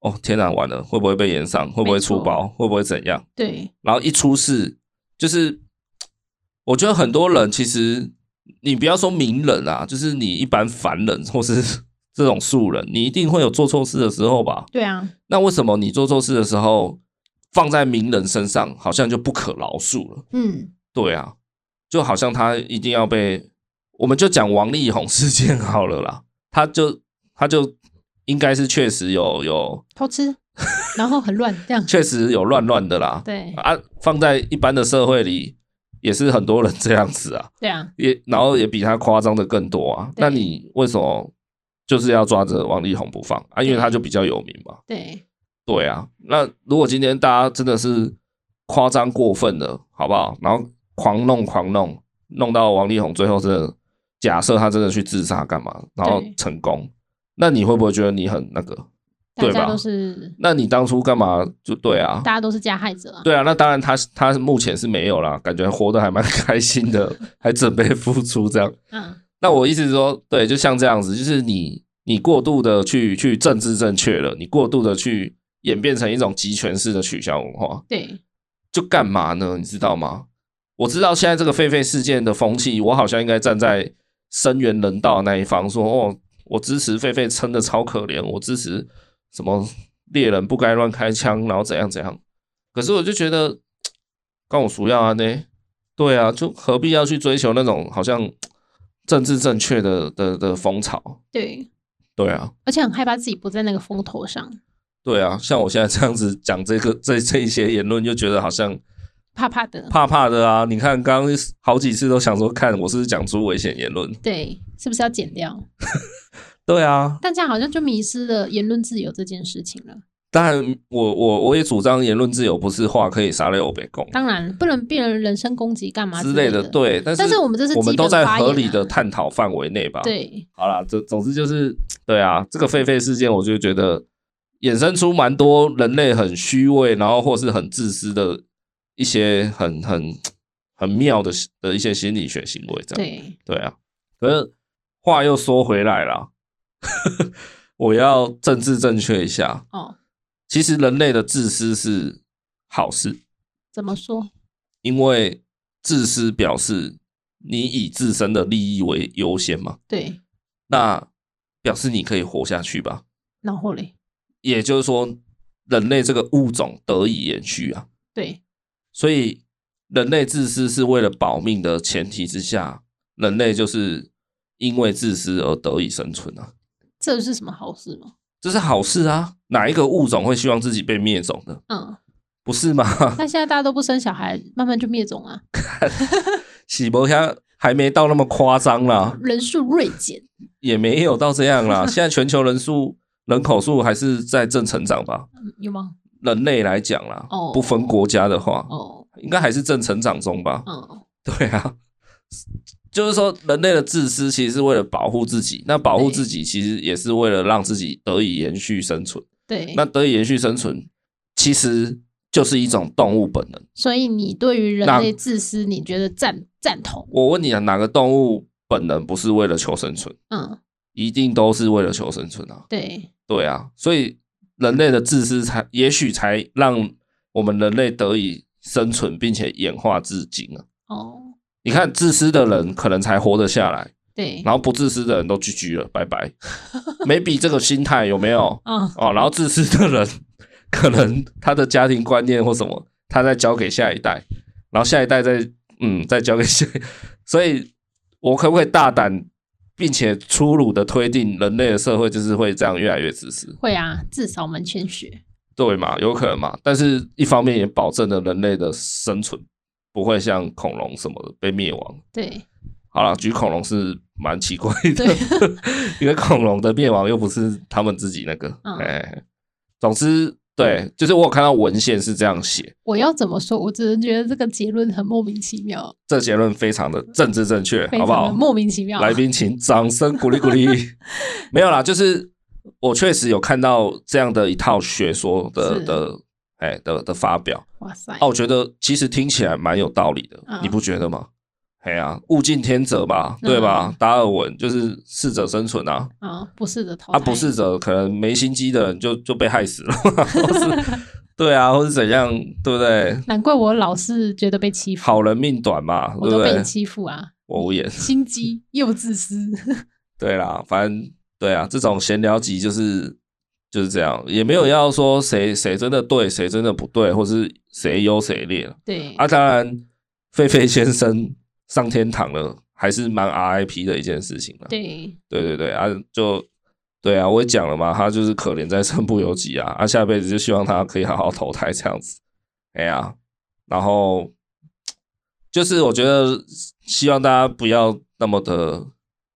S1: 哦，天哪，完了，会不会被延上？会不会出包？会不会怎样？
S2: 对
S1: 然后一出事，就是我觉得很多人其实你不要说名人啊，就是你一般凡人或是 这种素人，你一定会有做错事的时候吧？
S2: 对啊，
S1: 那为什么你做错事的时候放在名人身上，好像就不可饶恕了？
S2: 嗯，
S1: 对啊，就好像他一定要被，我们就讲王力宏事件好了啦，他就他就应该是确实有有
S2: 偷吃， 然后很乱，这样，
S1: 确实有乱乱的啦，
S2: 对
S1: 啊，放在一般的社会里也是很多人这样子啊，
S2: 对啊，
S1: 也然后也比他夸张的更多啊，
S2: 对
S1: 那你为什么就是要抓着王力宏不放啊？因为他就比较有名嘛，
S2: 对
S1: 对啊，那如果今天大家真的是夸张过分了，好不好？然后狂弄狂弄，弄到王力宏最后真的，假设他真的去自杀干嘛，然后
S2: 对
S1: 成功，那你会不会觉得你很那个？
S2: 大
S1: 对
S2: 家
S1: 吧
S2: 都是
S1: 那你当初干嘛就对啊？
S2: 大家都是加害者啊，
S1: 对啊，那当然他他目前是没有啦，感觉活得还蛮 开心的，还准备付出这样。
S2: 嗯，
S1: 那我意思是说，对，就像这样子，就是你你过度的去去政治正确了，你过度的去演变成一种集权式的取消文化，
S2: 对
S1: 就干嘛呢？你知道吗？我知道现在这个狒狒事件的风气，我好像应该站在声援人道的那一方，说哦，我支持狒狒撑的超可怜，我支持什么猎人不该乱开枪，然后怎样怎样。可是我就觉得，跟我熟要啊呢，对啊，就何必要去追求那种好像政治正确的的的风潮？
S2: 对，
S1: 对啊，
S2: 而且很害怕自己不在那个风头上，
S1: 对啊，像我现在这样子讲这个这这一些言论，就觉得好像
S2: 怕怕的，
S1: 怕怕的啊！你看，刚刚好几次都想说，看我是不是讲出危险言论。
S2: 对，是不是要剪掉？
S1: 对啊，
S2: 但这样好像就迷失了言论自由这件事情了。
S1: 当然我我我也主张言论自由，不是话可以杀了我被攻
S2: 当然，不能被人人身攻击干嘛
S1: 之
S2: 啊类
S1: 类的。对，但是
S2: 但是我们这是
S1: 我们
S2: 基
S1: 都
S2: 本
S1: 在
S2: 发
S1: 合
S2: 言
S1: 理
S2: 啊
S1: 的探讨范围内吧。，
S2: 对
S1: 好啦，总总之就是对啊，这个狒狒事件，我就觉得衍生出蛮多人类很虚伪，然后或是很自私的一些很很很妙的的一些心理学行为，这样。
S2: 对
S1: 对啊，可是话又说回来啦， 我要政治正确一下。
S2: 哦，
S1: 其实人类的自私是好事，
S2: 怎么说？
S1: 因为自私表示你以自身的利益为优先嘛，
S2: 对，
S1: 那表示你可以活下去吧。
S2: 然后嘞，
S1: 也就是说，人类这个物种得以延续啊。
S2: 对
S1: 所以人类自私是为了保命的前提之下，人类就是因为自私而得以生存啊。
S2: 这是什么好事吗？
S1: 这是好事啊！哪一个物种会希望自己被灭种呢？
S2: 嗯，
S1: 不是吗？
S2: 那现在大家都不生小孩，慢慢就灭种啊，
S1: 喜伯虾还没到那么夸张啦，
S2: 人数锐减。
S1: 也没有到这样啦。现在全球人数人口数还是在正成长吧？
S2: 嗯有吗？
S1: 人类来讲啦
S2: 哦，
S1: 不分国家的话，
S2: 哦，
S1: 应该还是正成长中吧？
S2: 嗯，
S1: 对啊，就是说人类的自私其实是为了保护自己，那保护
S2: 对
S1: 自己其实也是为了让自己得以延续生存。
S2: 对，
S1: 那得以延续生存，其实就是一种动物本能。
S2: 所以你对于人
S1: 那
S2: 类自私，你觉得赞赞同？
S1: 我问你啊，哪个动物本能不是为了求生存？
S2: 嗯，
S1: 一定都是为了求生存啊！
S2: 对，
S1: 对啊，所以人类的自私才也许才让我们人类得以生存，并且演化至今啊！
S2: 哦，
S1: 你看，自私的人可能才活得下来，
S2: 对，
S1: 然后不自私的人都 GG 了，拜拜。maybe 这个心态有没有？
S2: 嗯，
S1: 哦，然后自私的人可能他的家庭观念或什么，他再交给下一代，然后下一代再嗯再交给下一，所以我可不可以大胆并且粗鲁的推定，人类的社会就是会这样越来越自私，
S2: 会啊，至少我们谦虚。
S1: 对嘛？有可能嘛？但是一方面也保证了人类的生存不会像恐龙什么的被灭亡。
S2: 对，
S1: 好了，举恐龙是蛮奇怪的
S2: 对，
S1: 因为恐龙的灭亡又不是他们自己那个，哎、
S2: 嗯
S1: 总之对，就是我有看到文献是这样写，
S2: 我要怎么说？我只是觉得这个结论很莫名其妙，
S1: 这结论非常的政治正确，
S2: 非
S1: 好
S2: 常
S1: 不
S2: 的
S1: 好？
S2: 莫名其妙。啊
S1: 来宾请掌声鼓励鼓 励。没有啦，就是我确实有看到这样的一套学说的
S2: 是
S1: 的，哎、的的发表，
S2: 哇塞，
S1: 啊，我觉得其实听起来蛮有道理的，
S2: 嗯
S1: 你不觉得吗？哎呀、物竞天择嘛，对吧？
S2: 嗯
S1: 达尔文就是适者生存啊，
S2: 啊，不是的，淘
S1: 啊，
S2: 汰
S1: 不是者可能没心机的人就就被害死了， 或是对啊，或是怎样，对不对？
S2: 难怪我老是觉得被欺负，
S1: 好人命短嘛，
S2: 我
S1: 对不
S2: 都被
S1: 对
S2: 你？欺负啊，
S1: 我无言。
S2: 心机又自私。
S1: 对啦，反正对啊，这种闲聊集就是就是这样，也没有要说谁谁真的对，谁真的不对，或是谁优谁劣
S2: 对，
S1: 啊。当然，狒狒先生上天堂了，还是蛮 RIP 的一件事情啊。
S2: 对，
S1: 对对对啊，就对啊，我也讲了嘛，他就是可怜在身不由己啊，啊，下辈子就希望他可以好好投胎这样子，哎呀、然后就是我觉得希望大家不要那么的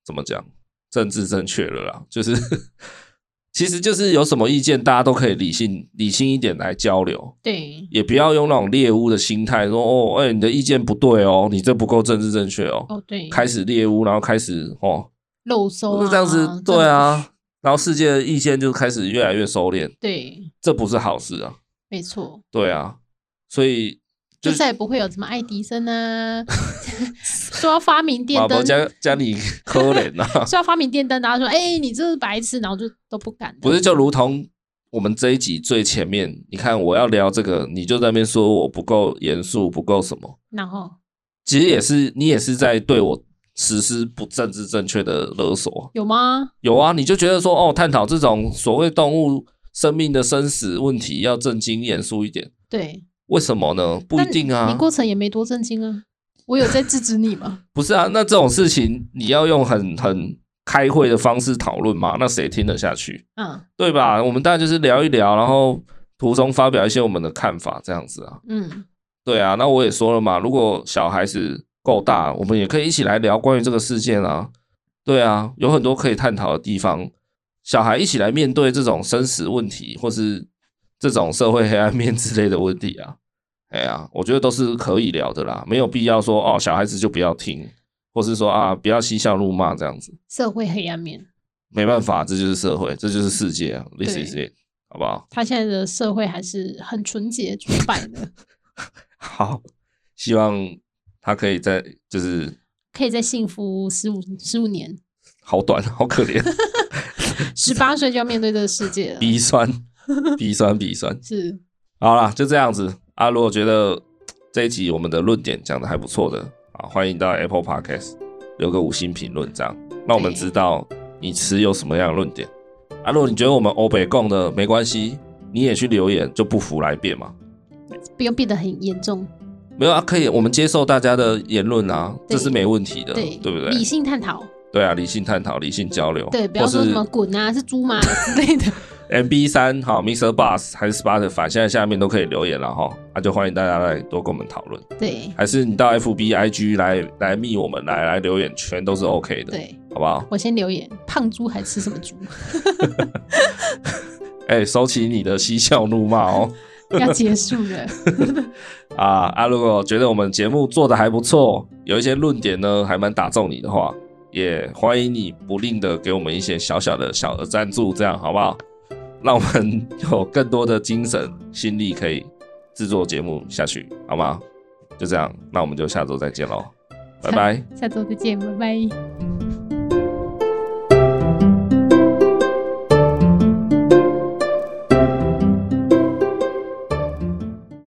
S1: 怎么讲政治正确了啦，就是其实就是有什么意见大家都可以理性理性一点来交流，
S2: 对，
S1: 也不要用那种猎巫的心态说哦，哎、你的意见不对哦，你这不够政治正确哦，
S2: 哦，对，
S1: 开始猎巫，然后开始哦。
S2: 肉搜
S1: 那
S2: 啊，
S1: 这样子，对
S2: 这样子，
S1: 啊，然后世界的意见就开始越来越收敛，
S2: 对，
S1: 这不是好事啊，
S2: 没错，
S1: 对啊，所以
S2: 就
S1: 就
S2: 再也不会有什么爱迪生啊， 说要发明电
S1: 马博
S2: 灯，
S1: 加加 里科怜啊，
S2: 说要发明电灯，大家说，哎、你这是白痴，然后就都不敢了，
S1: 不是就如同我们这一集最前面，你看我要聊这个，你就在那边说我不够严肃，不够什么，
S2: 然后
S1: 其实也是你也是在对我实施不政治正确的勒索啊，
S2: 有吗？
S1: 有啊，你就觉得说哦，探讨这种所谓动物生命的生死问题要正经严肃一点，
S2: 对，
S1: 为什么呢？不一
S2: 但
S1: 定啊，
S2: 你过程也没多震惊啊，我有在制止你吗？
S1: 不是啊，那这种事情你要用很很开会的方式讨论嘛，那谁听得下去，
S2: 嗯
S1: 对吧？我们大家就是聊一聊，然后途中发表一些我们的看法，这样子啊，
S2: 嗯，
S1: 对啊。那我也说了嘛，如果小孩子够大，我们也可以一起来聊关于这个事件啊，对啊，有很多可以探讨的地方。小孩一起来面对这种生死问题，或是这种社会黑暗面之类的问题啊，哎呀，我觉得都是可以聊的啦，没有必要说哦，小孩子就不要听，或是说啊，不要嬉笑怒骂这样子，
S2: 社会黑暗面，
S1: 没办法，这就是社会，这就是世界啊，this is it，好不好？
S2: 他现在的社会还是很纯洁崇拜 的，
S1: 好，希望他可以在就是
S2: 可以再幸福十五十五年，
S1: 好短，好可怜，
S2: 十八岁就要面对这个世界了，
S1: 鼻 酸，鼻酸，鼻酸。
S2: 是。
S1: 好啦，就这样子啊。如果觉得这一集我们的论点讲的还不错的啊，欢迎到 Apple Podcast 留个五星评论，这样让我们知道你持有什么样的论点啊。如果你觉得我们欧北共的没关系，你也去留言，就不服来辩嘛。
S2: 不用变得很严重，
S1: 没有啊，可以，我们接受大家的言论啊，这
S2: 对
S1: 是没问题的，
S2: 对
S1: 不
S2: 理
S1: 对？
S2: 性探讨，
S1: 对啊，理性探讨，理性交流，
S2: 对，不要说
S1: 或
S2: 什
S1: 是
S2: 么滚啊是猪吗之类的，
S1: MB 三好，Mr. Bus 还是 Spotify，现在下面都可以留言了哈，那、就欢迎大家来多跟我们讨论。
S2: 对
S1: 还是你到 FB、IG 来来密我们来来留言，全都是 OK 的，
S2: 对。
S1: 好不好？
S2: 我先留言，胖猪还吃什么猪？
S1: 哎、收起你的嬉笑怒骂哦！
S2: 要结束 了，
S1: 啊啊，如果觉得我们节目做的还不错，有一些论点呢还蛮打中你的话，也欢迎你不吝的给我们一些小小的小额赞助，这样好不好？让我们有更多的精神心力可以制作节目下去，好吗？就这样，那我们就下周再见喽，拜拜。
S2: 下周再见，拜拜。